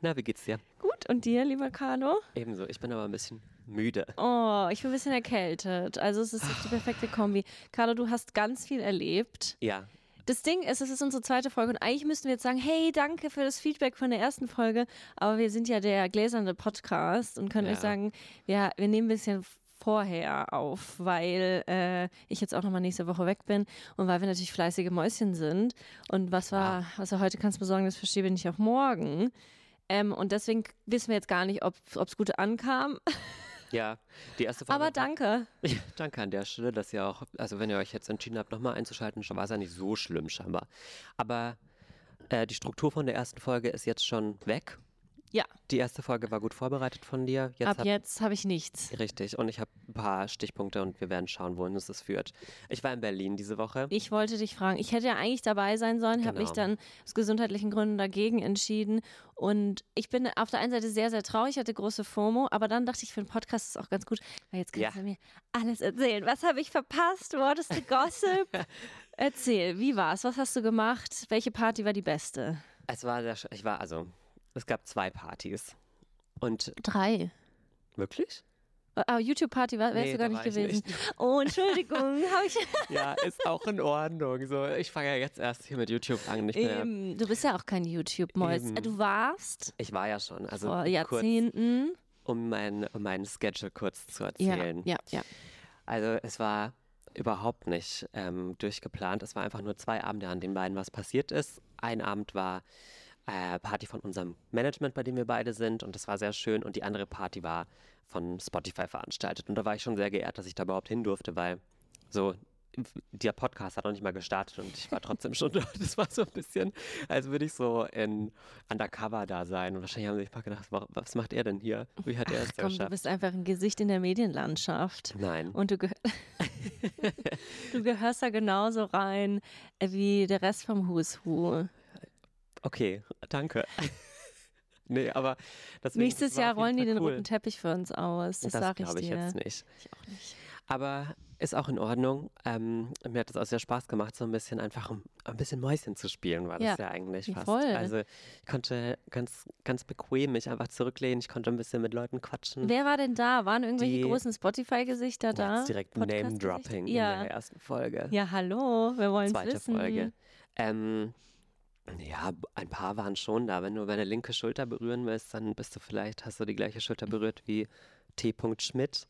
Na, wie geht's dir? Gut, und dir, lieber Carlo? Ebenso, ich bin aber ein bisschen müde. Oh, ich bin ein bisschen erkältet. Also es ist die perfekte Kombi. Carlo, du hast ganz viel erlebt. Ja, Das Ding ist, es ist unsere zweite Folge und eigentlich müssten wir jetzt sagen, hey, danke für das Feedback von der ersten Folge, aber wir sind ja der gläserne Podcast und können Ja. euch sagen, wir, wir nehmen ein bisschen vorher auf, weil äh, ich jetzt auch nochmal nächste Woche weg bin und weil wir natürlich fleißige Mäuschen sind und was war, was wir heute kannst besorgen, das verstehe ich nicht auf morgen. Ähm, und deswegen wissen wir jetzt gar nicht, ob es gut ankam, ja. Die erste Folge. aber danke. Ja, danke an der Stelle, dass ihr auch, also wenn ihr euch jetzt entschieden habt, nochmal einzuschalten, war es ja nicht so schlimm scheinbar. Aber äh, die Struktur von der ersten Folge ist jetzt schon weg. Ja, Die erste Folge war gut vorbereitet von dir. Jetzt ab hab- jetzt habe ich nichts. Richtig, und ich habe ein paar Stichpunkte und wir werden schauen, wohin es das führt. Ich war in Berlin diese Woche. Ich wollte dich fragen. Ich hätte ja eigentlich dabei sein sollen, habe Genau. mich dann aus gesundheitlichen Gründen dagegen entschieden. Und ich bin auf der einen Seite sehr, sehr traurig, hatte große FOMO, aber dann dachte ich, für einen Podcast ist es auch ganz gut, weil jetzt kannst Ja. du mir alles erzählen. Was habe ich verpasst? What is the gossip? Erzähl, wie war's? Was hast du gemacht? Welche Party war die beste? Es war, der, ich war, also, es gab zwei Partys. Und Drei. wirklich? Ah, YouTube-Party war- wärst Nee, du gar da nicht war ich gewesen. Oh, Entschuldigung, habe ich. Ja, ist auch in Ordnung. So, ich fange ja jetzt erst hier mit YouTube an. Ich, bin ja, Eben. Du bist ja auch kein YouTube-Mäus. Eben. Du warst ich war ja schon, also vor kurz, Jahrzehnten. um meinen um mein Schedule kurz zu erzählen. Ja, ja, ja. Also es war überhaupt nicht ähm, durchgeplant. Es war einfach nur zwei Abende, an denen beiden was passiert ist. Ein Abend war äh, Party von unserem Management, bei dem wir beide sind, und das war sehr schön. Und die andere Party war von Spotify veranstaltet. Und da war ich schon sehr geehrt, dass ich da überhaupt hin durfte, weil so der Podcast hat noch nicht mal gestartet und ich war trotzdem schon dort. Das war so ein bisschen, als würde ich so in Undercover da sein. Und wahrscheinlich haben sie sich mal gedacht, wa- was macht er denn hier? Wie hat er es da Komm, du geschafft? bist einfach ein Gesicht in der Medienlandschaft. Nein. Und du, geh du gehörst da genauso rein äh, wie der Rest vom Who's Who. Okay, danke. nee, aber deswegen, Nächstes das war Jahr auf jeden rollen die Fall den cool. roten Teppich für uns aus. Das, Das sag ich glaube ich dir. jetzt nicht. Ich auch nicht. Aber ist auch in Ordnung. Ähm, mir hat es auch sehr Spaß gemacht, so ein bisschen einfach um, ein bisschen Mäuschen zu spielen, war das Ja, ja eigentlich ja, fast. voll. Also ich konnte ganz, ganz bequem mich einfach zurücklehnen. Ich konnte ein bisschen mit Leuten quatschen. Hm. Wer war denn da? Waren irgendwelche Die- großen Spotify-Gesichter Ja, da? jetzt direkt Podcast-Gesichter? Name-Dropping in Ja. der ersten Folge. ja, hallo, wir wollen zweite wissen. Folge. Ähm, ja, b- ein paar waren schon da. Wenn du meine linke Schulter berühren willst, dann bist du vielleicht, hast du die gleiche Schulter Mhm. berührt wie T. Schmidt.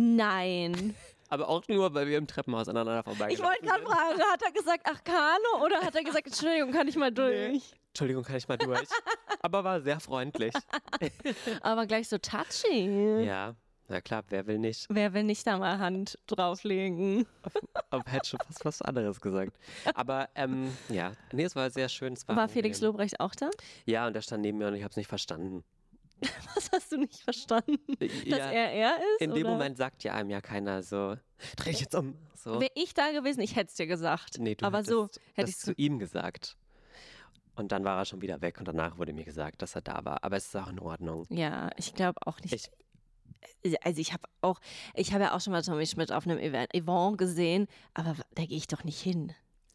Nein. Aber auch nur, weil wir im Treppenhaus aneinander Ich vorbeigelaufen wollte gerade fragen, hat er gesagt, ach Carlo? Oder hat er gesagt, Entschuldigung, kann ich mal durch? Entschuldigung, kann ich mal durch. Aber war sehr freundlich. Aber gleich so touchy. ja, na klar, wer will nicht? Wer will nicht da mal Hand drauflegen? Aber hätte schon fast was anderes gesagt. Aber ähm, ja, nee, es war sehr schön. Es war, War Felix angenehm. Lobrecht auch da? Ja, und der stand neben mir und ich habe es nicht verstanden. Das hast du nicht verstanden, dass ja, er er ist? in dem oder? Moment sagt ja einem ja keiner so, dreh dich jetzt um. So. Wäre ich da gewesen, ich hätte es dir gesagt. Nee, du Aber hättest so das hätte ich zu ihm gesagt. Und dann war er schon wieder weg und danach wurde mir gesagt, dass er da war. Aber es ist auch in Ordnung. Ja, ich glaube auch nicht. Ich- also ich habe auch, ich habe ja auch schon mal Tommy Schmidt auf einem Event, Event gesehen, aber da gehe ich doch nicht hin.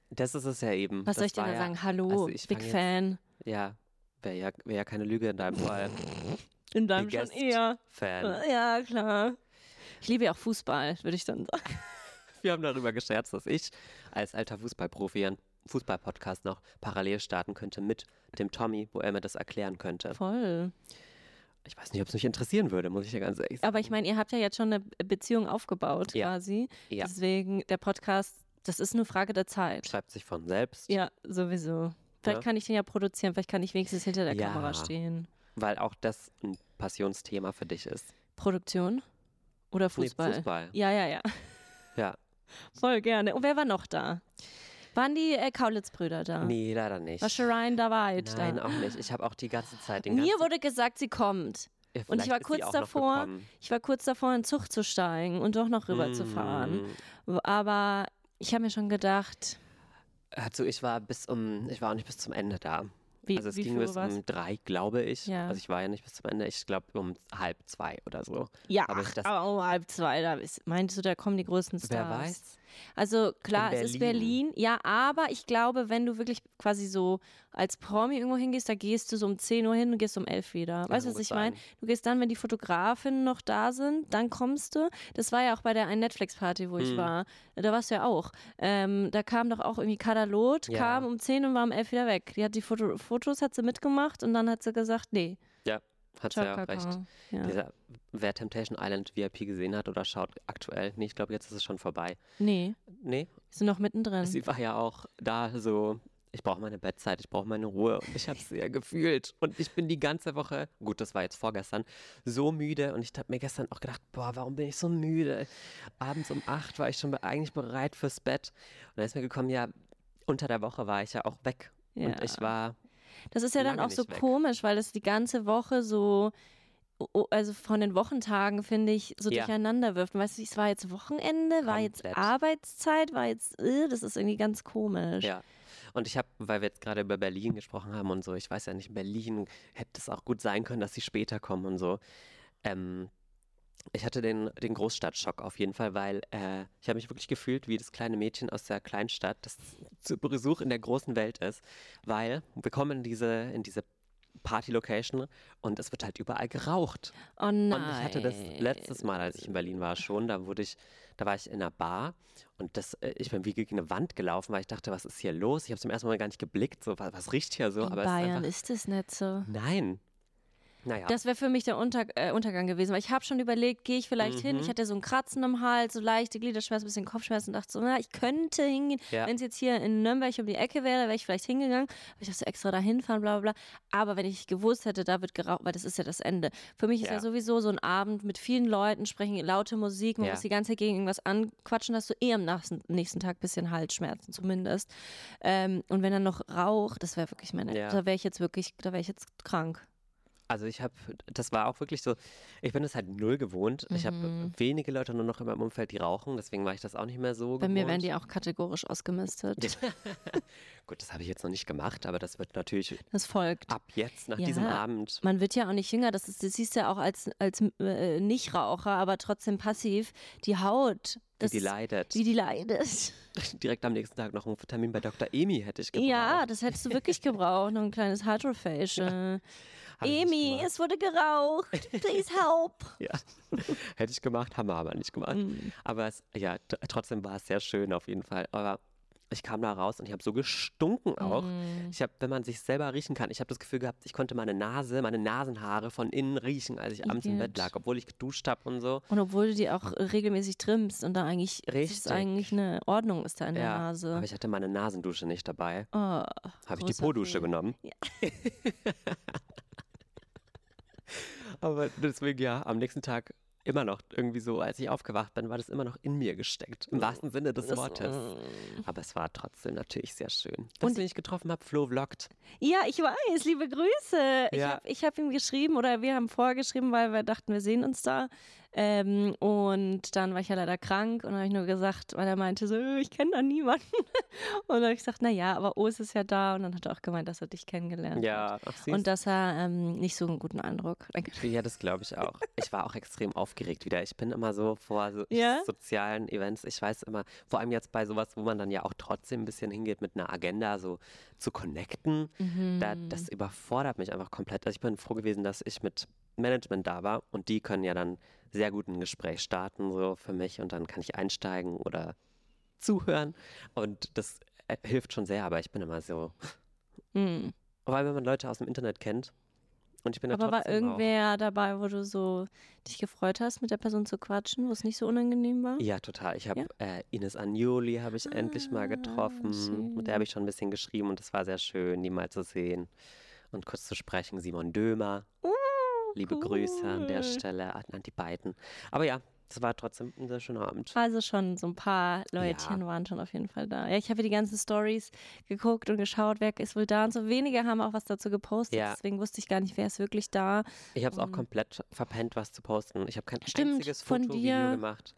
Das ist es ja eben. Was das soll ich dir war da ja, sagen? Hallo, also ich Big fang jetzt- Fan. Ja, wäre ja, wär ja keine Lüge in deinem Fall. In deinem schon Biggest eher. Fan. Ja, klar. Ich liebe ja auch Fußball, würde ich dann sagen. Wir haben darüber gescherzt, dass ich als alter Fußballprofi einen Fußballpodcast noch parallel starten könnte mit dem Tommy, wo er mir das erklären könnte. Voll. Ich weiß nicht, ob es mich interessieren würde, muss ich ja ganz ehrlich sagen. Aber ich meine, ihr habt ja jetzt schon eine Beziehung aufgebaut Ja. quasi. Ja. Deswegen der Podcast, das ist eine Frage der Zeit. Schreibt sich von selbst. Ja, sowieso. Vielleicht Ja. kann ich den ja produzieren, vielleicht kann ich wenigstens hinter der Ja. Kamera stehen. Weil auch das ein Passionsthema für dich ist. Produktion oder Nee, Fußball? Fußball. Ja, ja, ja. Ja. Voll gerne. Und wer war noch da? Waren die äh, Kaulitz-Brüder da? Nee, leider nicht. War Shireen dabei? Nein, da? auch nicht. Ich habe auch die ganze Zeit den Mir ganzen wurde gesagt, sie kommt. Ja, Und vielleicht ich war ist sie kurz auch noch davor, gekommen. ich war kurz davor, in Zug zu steigen und doch noch rüber zu Mm. fahren. Aber ich habe mir schon gedacht, Also ich war bis um, ich war auch nicht bis zum Ende da. Wie- also es wie ging viel bis Uhr war's? um drei, glaube ich. Ja. Also ich war ja nicht bis zum Ende. Ich glaube um halb zwei oder so. ja, oh, Aber aber, ich das, aber um halb zwei, da ist, meinst du, da kommen die größten wer Stars? weiß? Also klar, In es ist Berlin. Berlin, ja, aber ich glaube, wenn du wirklich quasi so als Promi irgendwo hingehst, da gehst du so um 10 Uhr hin und gehst um 11 wieder. Weißt du, kann was ich gut meine? sein. Du gehst dann, wenn die Fotografinnen noch da sind, dann kommst du. Das war ja auch bei der einen Netflix-Party, wo ich Mhm. war. Da warst du ja auch. Ähm, da kam doch auch irgendwie Kadalot, Ja. kam um 10 und war um 11 wieder weg. Die hat die Foto Fotos, hat sie mitgemacht und dann hat sie gesagt, nee, Hat sie ciao, ja auch recht. Kakao. Ja. Dieser, wer Temptation Island VIP gesehen hat oder schaut aktuell, nee, ich glaube, jetzt ist es schon vorbei. Nee, Nee, wir sind noch mittendrin. sie war ja auch da so, ich brauche meine Bettzeit, ich brauche meine Ruhe. Und ich habe es ja gefühlt. Und ich bin die ganze Woche, gut, das war jetzt vorgestern, so müde. Und ich habe mir gestern auch gedacht, boah, warum bin ich so müde? Abends um acht war ich schon be- eigentlich bereit fürs Bett. Und dann ist mir gekommen, ja, unter der Woche war ich ja auch weg. Und Ja. ich war, Das ist ja dann lange auch so nicht weg. komisch, weil das die ganze Woche so, o- also von den Wochentagen, finde ich, so Ja. durcheinander wirft. Und weißt du, es war jetzt Wochenende, war jetzt Komplett. Arbeitszeit, war jetzt, äh, das ist irgendwie ganz komisch. ja. Und ich habe, weil wir jetzt gerade über Berlin gesprochen haben und so, ich weiß ja nicht, Berlin hätte es auch gut sein können, dass sie später kommen und so. Ähm, ich hatte den, den Großstadtschock auf jeden Fall, weil äh, ich habe mich wirklich gefühlt wie das kleine Mädchen aus der Kleinstadt, das zu Besuch in der großen Welt ist, weil wir kommen in diese, in diese Party-Location und es wird halt überall geraucht. Oh nein. Und ich hatte das letztes Mal, als ich in Berlin war, schon. Da wurde ich, da war ich in einer Bar und das, äh, ich bin wie gegen eine Wand gelaufen, weil ich dachte, was ist hier los? Ich habe zum ersten Mal gar nicht geblickt, so was, was riecht hier so? In aber Bayern es ist ist es nicht so. einfach, nein. Naja, Das wäre für mich der Unter äh, Untergang gewesen, weil ich habe schon überlegt, gehe ich vielleicht hin? Mhm. Ich hatte so ein Kratzen im Hals, so leichte Gliederschmerzen, ein bisschen Kopfschmerzen und dachte so, na, ich könnte hingehen. Ja. Wenn es jetzt hier in Nürnberg um die Ecke wäre, wäre ich vielleicht hingegangen. Aber ich dachte so, extra dahin fahren, bla bla bla. Aber wenn ich gewusst hätte, da wird geraucht, weil das ist ja das Ende. Für mich ist ja, Ja. sowieso so ein Abend mit vielen Leuten, sprechen laute Musik, man Ja. muss die ganze Zeit gegen irgendwas anquatschen, dass du eh am nächsten, nächsten Tag ein bisschen Halsschmerzen zumindest. Ähm, und wenn dann noch Rauch, das wäre wirklich meine, Ja. da wäre ich jetzt wirklich, da wäre ich jetzt krank. also ich habe, das war auch wirklich so, ich bin das halt null gewohnt. Ich Mhm. habe wenige Leute nur noch in meinem Umfeld, die rauchen, deswegen war ich das auch nicht mehr so Bei gewohnt. mir werden die auch kategorisch ausgemistet. Gut, das habe ich jetzt noch nicht gemacht, aber das wird natürlich Das folgt. ab jetzt, nach diesem Ja. Abend, Man wird ja auch nicht jünger, das, ist, das siehst du ja auch als, als äh, Nichtraucher, aber trotzdem passiv. Die Haut, wie das die ist- leidet. Wie die leidet. Direkt am nächsten Tag noch einen Vitamin bei Dr. Emi hätte ich gebraucht. Ja, das hättest du wirklich gebraucht, noch ein kleines Hydrofacial. Hab ich nicht Emi, gemacht. es wurde geraucht. Please help. Ja, hätte ich gemacht, haben wir aber nicht gemacht. Aber es, ja, tr- trotzdem war es sehr schön auf jeden Fall. Aber ich kam da raus und ich habe so gestunken auch. Ich habe, wenn man sich selber riechen kann, ich habe das Gefühl gehabt, ich konnte meine Nase, meine Nasenhaare von innen riechen, als ich abends im Bett Igitt. lag, obwohl ich geduscht habe und so. Und obwohl du die auch äh, regelmäßig trimmst und da eigentlich, das ist Richtig. eigentlich eine Ordnung ist da in der Ja, Nase. aber ich hatte meine Nasendusche nicht dabei. Oh, Habe ich die großer Po-Dusche Fehler. genommen. Aber deswegen ja, am nächsten Tag immer noch irgendwie so, als ich aufgewacht bin, war das immer noch in mir gesteckt. Im wahrsten Sinne des Wortes. mm. Aber es war trotzdem natürlich sehr schön. Und den ich getroffen habe, Flo vloggt. Ja, ich weiß, liebe Grüße. Ich Ja. habe ich hab ihm geschrieben oder wir haben vorgeschrieben, weil wir dachten, wir sehen uns da. Ähm, und dann war ich ja leider krank und habe ich nur gesagt, weil er meinte so, "Äh, ich kenne da niemanden. Und dann habe ich gesagt, naja, aber Ose ist ja da. Und dann hat er auch gemeint, dass er dich kennengelernt hat. Ja, ach, siehst Und dass er ähm, nicht so einen guten Eindruck. du. ja, das glaube ich auch. Ich war auch extrem aufgeregt wieder. Ich bin immer so vor so Ja? sozialen Events, ich weiß immer, vor allem jetzt bei sowas, wo man dann ja auch trotzdem ein bisschen hingeht mit einer Agenda, so zu connecten, da, das Mm. überfordert mich einfach komplett. Also ich bin froh gewesen, dass ich mit Management da war und die können ja dann sehr gut ein Gespräch starten, so für mich und dann kann ich einsteigen oder zuhören und das äh, hilft schon sehr, aber ich bin immer so, Hm. vor allem wenn man Leute aus dem Internet kennt und ich bin da Aber war trotzdem auch, irgendwer dabei, wo du so dich gefreut hast, mit der Person zu quatschen, wo es nicht so unangenehm war? Ja, total. Ich habe Ja? äh, Ines Agnoli habe ich endlich mal Ah, getroffen. Mit schön. der habe ich schon ein bisschen geschrieben und es war sehr schön, die mal zu sehen und kurz zu sprechen. Simon Dömer, liebe Grüße an der Uh, cool. Stelle an, an die beiden. Aber ja, es war trotzdem ein sehr schöner Abend. Also schon so ein paar Leutchen Ja. waren schon auf jeden Fall da. Ja, ich habe ja die ganzen Stories geguckt und geschaut, wer ist wohl da und so. Wenige haben auch was dazu gepostet, Ja. deswegen wusste ich gar nicht, wer ist wirklich da. Ich habe es auch komplett verpennt, was zu posten. Ich habe kein oh. Stimmt, einziges von Foto, dir. Video gemacht.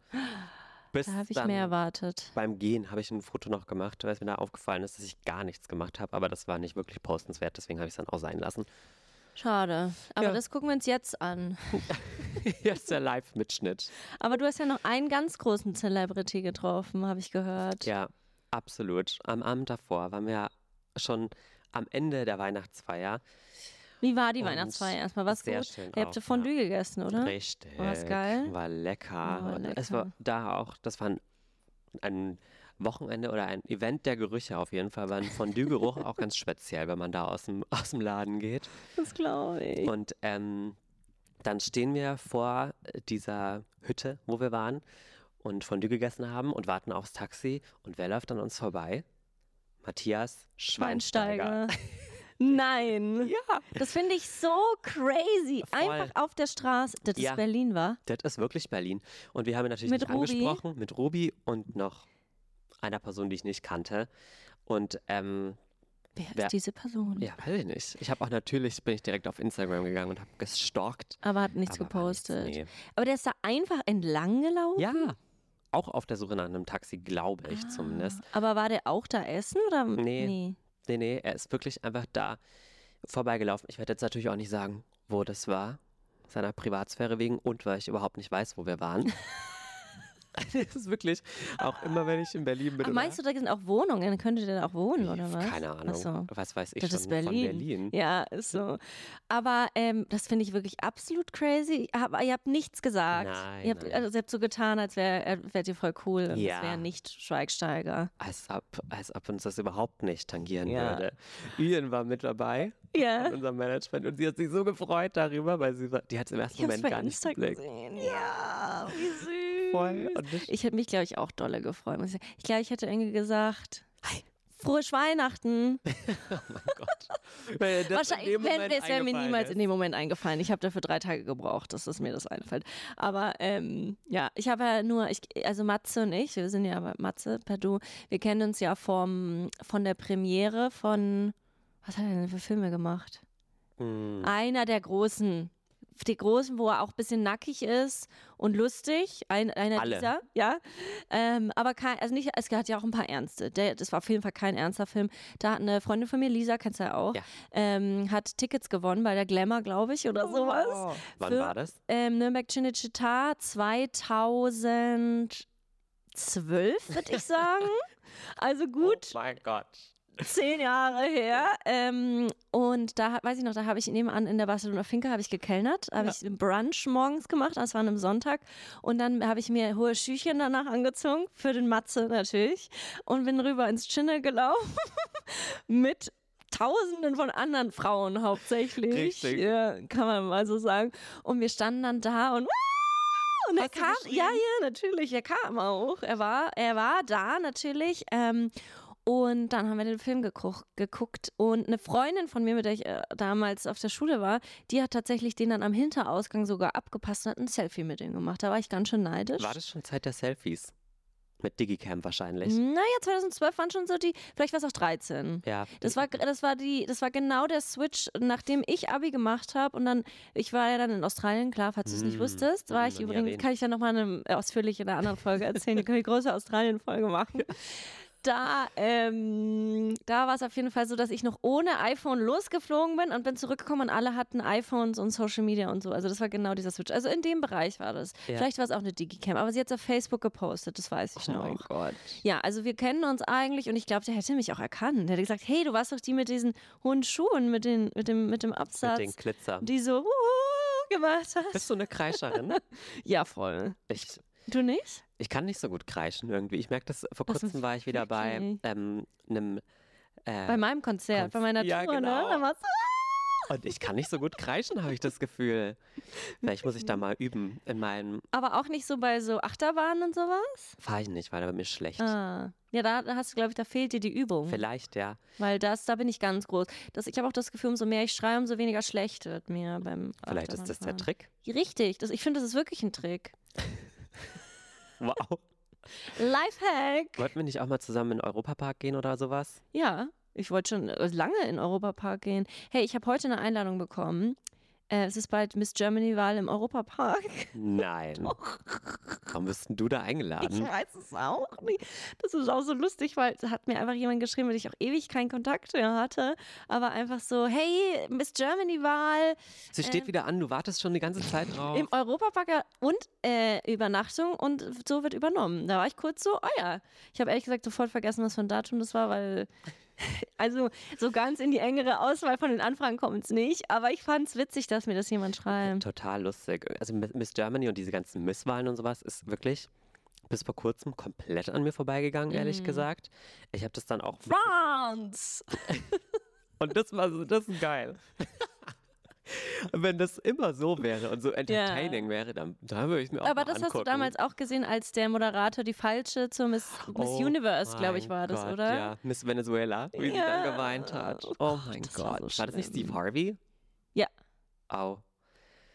Bis Da habe ich dann mehr erwartet. beim Gehen habe ich ein Foto noch gemacht, weil es mir da aufgefallen ist, dass ich gar nichts gemacht habe. Aber das war nicht wirklich postenswert, deswegen habe ich es dann auch sein lassen. Schade. Aber Ja. das gucken wir uns jetzt an. ja, ist der Live-Mitschnitt. Aber du hast ja noch einen ganz großen Celebrity getroffen, habe ich gehört. Ja, absolut. Am Abend davor waren wir schon am Ende der Weihnachtsfeier. Wie war die Und Weihnachtsfeier erstmal? Was Oh, sehr gut? schön Ihr habt ja auch, Fondue gegessen, oder? Richtig. War's geil? War lecker. Oh, Und Es lecker. war da auch, das war ein, ein Wochenende oder ein Event der Gerüche auf jeden Fall, war ein Fondue-Geruch auch ganz speziell, wenn man da aus dem, aus dem Laden geht. Das glaube ich. Und ähm, dann stehen wir vor dieser Hütte, wo wir waren und Fondue gegessen haben und warten aufs Taxi. Und wer läuft an uns vorbei? Matthias Schweinsteiger. Schweinsteiger. Nein. Ja, Das finde ich so crazy. Voll. Einfach auf der Straße, dass Ja. es Berlin war. das ist wirklich Berlin. Und wir haben ihn natürlich Mit nicht Ruby? angesprochen mit Ruby und noch einer Person, die ich nicht kannte. Und ähm, Wer ist Wer- diese Person? ja, weiß ich nicht. Ich habe auch natürlich, bin ich direkt auf Instagram gegangen und habe gestalkt. Aber hat nichts aber war nichts, gepostet. nee. Aber der ist da einfach entlang gelaufen? Ja, auch auf der Suche nach einem Taxi, glaube Ah. ich zumindest. Aber war der auch da essen oder? Nee. Nee, nee, er ist wirklich einfach da vorbeigelaufen. Ich werde jetzt natürlich auch nicht sagen, wo das war, seiner Privatsphäre wegen und weil ich überhaupt nicht weiß, wo wir waren. das ist wirklich, auch immer wenn ich in Berlin bin. Ach, Ah, meinst du, da sind auch Wohnungen? Könnte der da auch wohnen oder was? Keine Ahnung. Ach so. Was weiß ich Das schon ist Berlin. von Berlin? Ja, ist so. Aber ähm, das finde ich wirklich absolut crazy. Hab, ihr habt nichts gesagt. Nein, ihr, habt, nein. Also, ihr habt so getan, als wärt ihr voll cool. Und Ja. Es wäre nicht Schweigsteiger. Als, ob, als ob uns das überhaupt nicht tangieren Ja. würde. Ian war mit dabei, Ja. in unserem Management, und sie hat sich so gefreut darüber, weil sie war, die hat es im ersten Ich habe es Moment bei gar nicht Insta geblickt. gesehen. Ja, wie süß. Voll. Und oh das- Ich hätte mich, glaube ich, auch dolle gefreut. muss ich sagen. Ich glaube, ich hätte irgendwie gesagt, hi, frohes Weihnachten. Oh mein Gott. Weil das in Wahrscheinlich dem wäre Moment es wär mir eingefallen niemals ist. in dem Moment eingefallen. Ich habe dafür drei Tage gebraucht, dass es mir das einfällt. Aber ähm, ja, ich habe ja nur, ich, also Matze und ich, wir sind ja bei Matze, per Du, wir kennen uns ja vom, von der Premiere von, was hat er denn für Filme gemacht? Mm. Einer der großen. Die großen, wo er auch ein bisschen nackig ist und lustig. Ein, einer Alle. dieser, ja. Ähm, aber kein, also nicht, es hat ja auch ein paar Ernste. Der, das war auf jeden Fall kein ernster Film. Da hat eine Freundin von mir, Lisa, kennst du ja auch, Ja. ähm, hat Tickets gewonnen bei der Glamour, glaube ich, oder sowas. Wann Für- war das? Ähm, Nürnberg Cinecittà 2012, würde ich sagen. also gut Oh mein Gott. zehn Jahre her. Ähm, und da hab- weiß ich noch, da habe ich nebenan in der Barcelona Finca habe ich gekellnert, habe Ja. ich einen Brunch morgens gemacht, das war an einem Sonntag. Und dann habe ich mir hohe Schüchchen danach angezogen, für den Matze natürlich. Und bin rüber ins Chinne gelaufen mit Tausenden von anderen Frauen hauptsächlich. Richtig. Ja, kann man mal so sagen. Und wir standen dann da und und er Hast du kam, geschrien? ja, ja, natürlich, er kam auch. Er war, er war da natürlich. Ähm, und dann haben wir den Film geguckt, geguckt. Und eine Freundin von mir, mit der ich äh, damals auf der Schule war, die hat tatsächlich den dann am Hinterausgang sogar abgepasst und hat ein Selfie mit ihm gemacht. Da war ich ganz schön neidisch. War das schon Zeit der Selfies? Mit Digicam wahrscheinlich. Naja, 2012 waren schon so die, vielleicht war es auch 13. Ja. Das war, das war die, das war genau der Switch, nachdem ich Abi gemacht habe und dann, ich war ja dann in Australien, klar, falls du es nicht Mm, wusstest, war mm, ich noch nie übrigens, erwähnt. kann ich dann nochmal eine, äh, ausführlich in einer anderen Folge erzählen, die können wir große Australien-Folge machen. Da, ähm, da war es auf jeden Fall so, dass ich noch ohne iPhone losgeflogen bin und bin zurückgekommen und alle hatten iPhones und Social Media und so. Also das war genau dieser Switch. Also in dem Bereich war das. Ja. Vielleicht war es auch eine Digicam, aber sie hat es auf Facebook gepostet, das weiß ich oh noch. mein Gott. Ja, also wir kennen uns eigentlich und ich glaube, der hätte mich auch erkannt. Der hätte gesagt, hey, du warst doch die mit diesen hohen Schuhen, mit, den, mit, dem, mit dem Absatz, Mit den Glitzern. die so wuhu gemacht hat. Bist du eine Kreischerin? Ja, voll. ich, Du nicht? ich kann nicht so gut kreischen irgendwie. Ich merke das, vor Das kurzem ist war ich wieder bei wirklich- ähm, einem. Äh, Bei meinem Konzert, bei meiner Ja, Tour, genau. ne? Da warst du- und ich kann nicht so gut kreischen, habe ich das Gefühl. Vielleicht muss ich da mal üben. In meinem Aber auch nicht so bei so Achterbahnen und sowas? fahre ich nicht, weil da bei mir schlecht. Ah. Ja, da da hast du, glaube ich, da fehlt dir die Übung. Vielleicht, ja. Weil das, da bin ich ganz groß. Das, ich habe auch das Gefühl, umso mehr ich schreie, umso weniger schlecht wird mir beim Vielleicht ist das der Achterbahnfahren. Trick. Richtig, das, ich finde, das ist wirklich ein Trick. Wow. Lifehack! Wollten wir nicht auch mal zusammen in den Europapark gehen oder sowas? Ja, ich wollte schon äh, lange in Europapark gehen. Hey, ich habe heute eine Einladung bekommen. Äh, es ist bald Miss Germany-Wahl im Europapark. Nein. Warum bist denn du da eingeladen? Ich weiß es auch nicht. Das ist auch so lustig, weil da hat mir einfach jemand geschrieben, weil ich auch ewig keinen Kontakt mehr hatte. Aber einfach so, hey, Miss Germany-Wahl Sie steht wieder an, du wartest schon die ganze Zeit drauf. ähm, im Europapark und äh, Übernachtung und so wird übernommen. Da war ich kurz so, oh ja. Ich habe ehrlich gesagt sofort vergessen, was für ein Datum das war, weil also so ganz in die engere Auswahl von den Anfragen kommt es nicht. Aber ich fand es witzig, dass mir das jemand schreibt. Total lustig. Also Mi- Miss Germany und diese ganzen Misswahlen und sowas ist wirklich bis vor kurzem komplett an mir vorbeigegangen, ehrlich Mm. gesagt. Ich habe das dann auch. France! Und das war so, das ist geil. Wenn das immer so wäre und so entertaining wäre, dann, dann würde ich mir auch mal Aber das hast du angucken. damals auch gesehen, als der Moderator die falsche zur Miss, Miss Oh Universe, glaube ich, mein war das, Gott, oder? Ja, Miss Venezuela, wie sie dann Ja. geweint hat. Oh Oh mein das war Gott. so War, das nicht schlimm. Steve Harvey? Ja. Mhm. Au.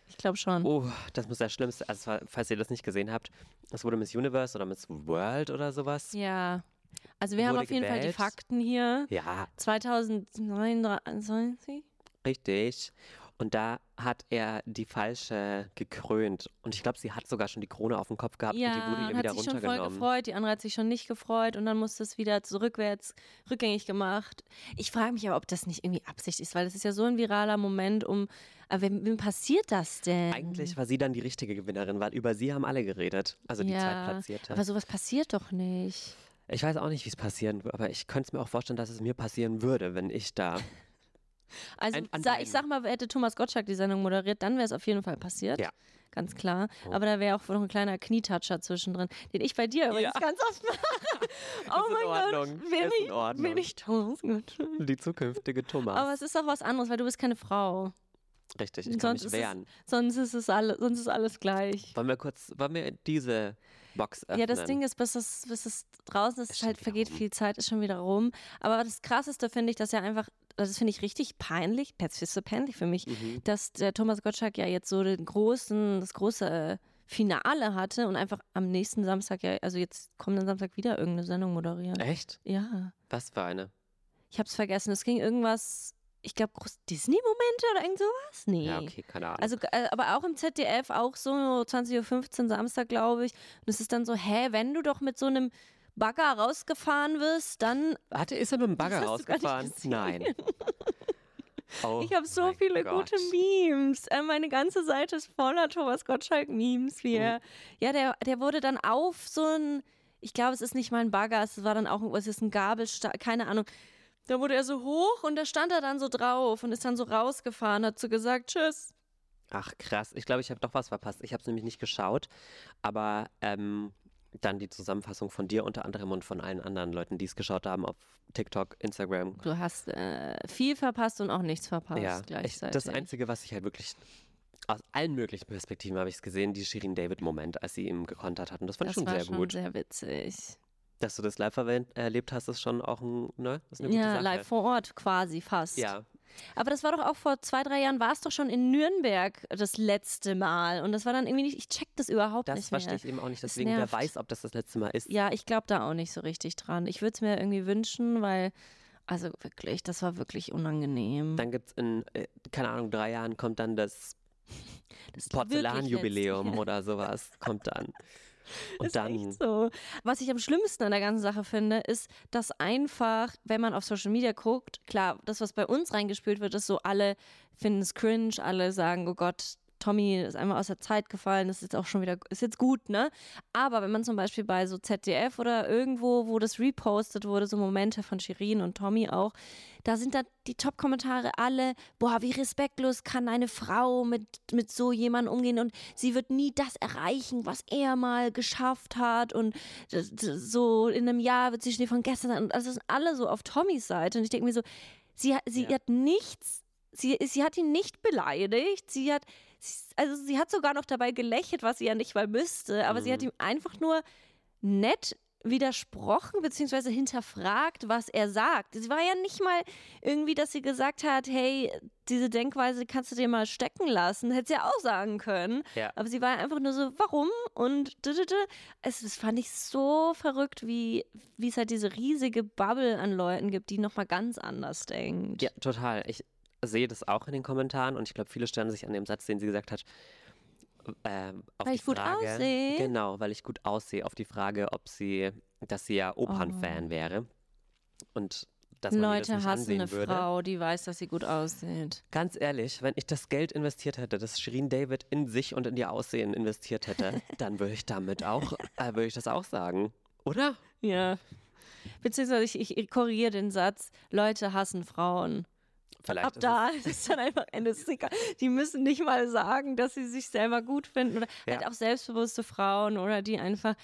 Ich glaube schon. Oh, das muss der Schlimmste. Also, es war- falls ihr das nicht gesehen habt, es wurde Miss Universe oder Miss World oder sowas. Ja. Also wir haben Wurde auf jeden Fall die gewählt. Fakten hier. Ja, 2029? richtig. Und da hat er die falsche gekrönt. Und ich glaube, sie hat sogar schon die Krone auf dem Kopf gehabt und die Ja, wurde ihr und hat wieder sich schon voll runtergenommen. gefreut, die andere hat sich schon nicht gefreut und dann musste es wieder zurückwärts rückgängig gemacht. Ich frage mich aber, ob das nicht irgendwie Absicht ist, weil das ist ja so ein viraler Moment, um. Aber wem, wem passiert das denn? Eigentlich war sie dann die richtige Gewinnerin, weil über sie haben alle geredet. Also die Zweitplatzierte. Aber sowas passiert doch nicht. Ich weiß auch nicht, wie es passieren wird, aber ich könnte es mir auch vorstellen, dass es mir passieren würde, wenn ich da. Also Ein- an sa ich beiden. sag mal, hätte Thomas Gottschalk die Sendung moderiert, dann wäre es auf jeden Fall passiert. Ja. Oh. Ganz klar. Aber da wäre auch noch ein kleiner Knietatscher zwischendrin, den ich bei dir übrigens Ja. ganz oft mache. in oh mein Ordnung. Gott, bin Ist in ich, Ordnung. bin ich Thomas Gottschalk. Die zukünftige Thomas. Aber es ist auch was anderes, weil du bist keine Frau. Richtig, ich kann mich ist wehren. Es, sonst, ist es alle, sonst ist alles gleich. Wollen wir kurz, wollen wir diese Box öffnen? Ja, das Ding ist, bis es, bis es draußen ist, Ist ist schon halt wieder vergeht rum. viel Zeit, ist schon wieder rum. Aber das Krasseste finde ich, dass er einfach, das finde ich richtig peinlich, das ist so peinlich für mich, Mhm. dass der Thomas Gottschalk ja jetzt so den großen, das große äh, Finale hatte und einfach am nächsten Samstag, ja, also jetzt kommenden Samstag wieder irgendeine Sendung moderieren. Echt? Ja, Was für eine? ich hab's vergessen. Es ging irgendwas, ich glaube, Disney-Momente oder irgend sowas? Nee. Ja, okay, keine Ahnung. Also, äh, aber auch im ZDF, auch so 20.15 Uhr Samstag, glaube ich. Und es ist dann so, hä, wenn du doch mit so einem Bagger rausgefahren wirst, dann. Hatte, ist er mit dem Bagger hast du gar nicht rausgefahren? gesehen. Nein. Oh ich habe so mein viele Gott. gute Memes. Äh, meine ganze Seite ist voller Thomas Gottschalk-Memes. Wie er, Mhm. ja, der, der wurde dann auf so ein, ich glaube, es ist nicht mal ein Bagger, es war dann auch, ein- es ist ein Gabelsta, keine Ahnung. Da wurde er so hoch und da stand er dann so drauf und ist dann so rausgefahren, hat so gesagt, tschüss. Ach krass, ich glaube, ich habe doch was verpasst. Ich habe es nämlich nicht geschaut, aber ähm, dann die Zusammenfassung von dir unter anderem und von allen anderen Leuten, die es geschaut haben auf TikTok, Instagram. Du hast äh, viel verpasst und auch nichts verpasst ja, ich, Ah, gleichzeitig. das Einzige, was ich halt wirklich aus allen möglichen Perspektiven habe ich es gesehen, die Shirin David-Moment, als sie ihm gekontert hat. Und das fand ich das schon war sehr schon gut. sehr witzig. Dass du das live erwähnt, erlebt hast, ist schon auch ein, ne? Ist eine gute Ja, Sache. live vor Ort quasi fast. Ja, Aber das war doch auch vor zwei, drei Jahren, war es doch schon in Nürnberg das letzte Mal. Und das war dann irgendwie nicht, ich check das überhaupt das nicht mehr. verstehe ich eben auch nicht. Deswegen, wer nervt. weiß, ob das das letzte Mal ist. Ja, ich glaube da auch nicht so richtig dran. Ich würde es mir irgendwie wünschen, weil, also wirklich, das war wirklich unangenehm. Dann gibt es in, äh, keine Ahnung, drei Jahren kommt dann das Das wirklich Porzellanjubiläum letzte- oder sowas kommt dann. Und ist dann, echt so. Was ich am schlimmsten an der ganzen Sache finde, ist, dass einfach, wenn man auf Social Media guckt, klar, das, was bei uns reingespült wird, ist so, alle finden es cringe, alle sagen, oh Gott, Tommy ist einmal aus der Zeit gefallen, das ist auch schon wieder, ist jetzt gut, ne? Aber wenn man zum Beispiel bei so ZDF oder irgendwo, wo das repostet wurde, so Momente von Shirin und Tommy auch, da sind dann die Top-Kommentare alle, boah, wie respektlos kann eine Frau mit, mit so jemandem umgehen und sie wird nie das erreichen, was er mal geschafft hat und das- das- so in einem Jahr wird sie Schnee von gestern sein und das sind alle so auf Tommys Seite und ich denke mir so, sie, hat- sie Ja. hat nichts, sie, sie hat ihn nicht beleidigt, sie hat, sie- also sie hat sogar noch dabei gelächelt, was sie ja nicht mal müsste, aber sie hat ihm einfach nur nett widersprochen bzw. hinterfragt, was er sagt. Sie war ja nicht mal irgendwie, dass sie gesagt hat, hey, diese Denkweise kannst du dir mal stecken lassen. Hätte sie ja auch sagen können. Ja. Aber sie war einfach nur so, warum? Und d -d -d. Es, das fand ich so verrückt, wie, wie es halt diese riesige Bubble an Leuten gibt, die nochmal ganz anders denkt. ja, total. Ich sehe das auch in den Kommentaren und ich glaube, viele stellen sich an dem Satz, den sie gesagt hat, ähm, auf Weil die ich gut Frage, aussehe? genau, weil ich gut aussehe, auf die Frage, ob sie, dass sie ja Opernfan wäre und dass man ihr das Oh. Leute nicht hassen ansehen eine würde. Frau, die weiß, dass sie gut aussieht. Ganz ehrlich, wenn ich das Geld investiert hätte, das Shirin David in sich und in ihr Aussehen investiert hätte, dann würde ich damit auch, äh, würde ich das auch sagen, oder? Ja. Beziehungsweise ich, ich korrigiere den Satz, Leute hassen Frauen. Vielleicht Ab da ist dann einfach Ende Es ist egal. Die müssen nicht mal sagen, dass sie sich selber gut finden oder Ja. halt auch selbstbewusste Frauen oder die einfach.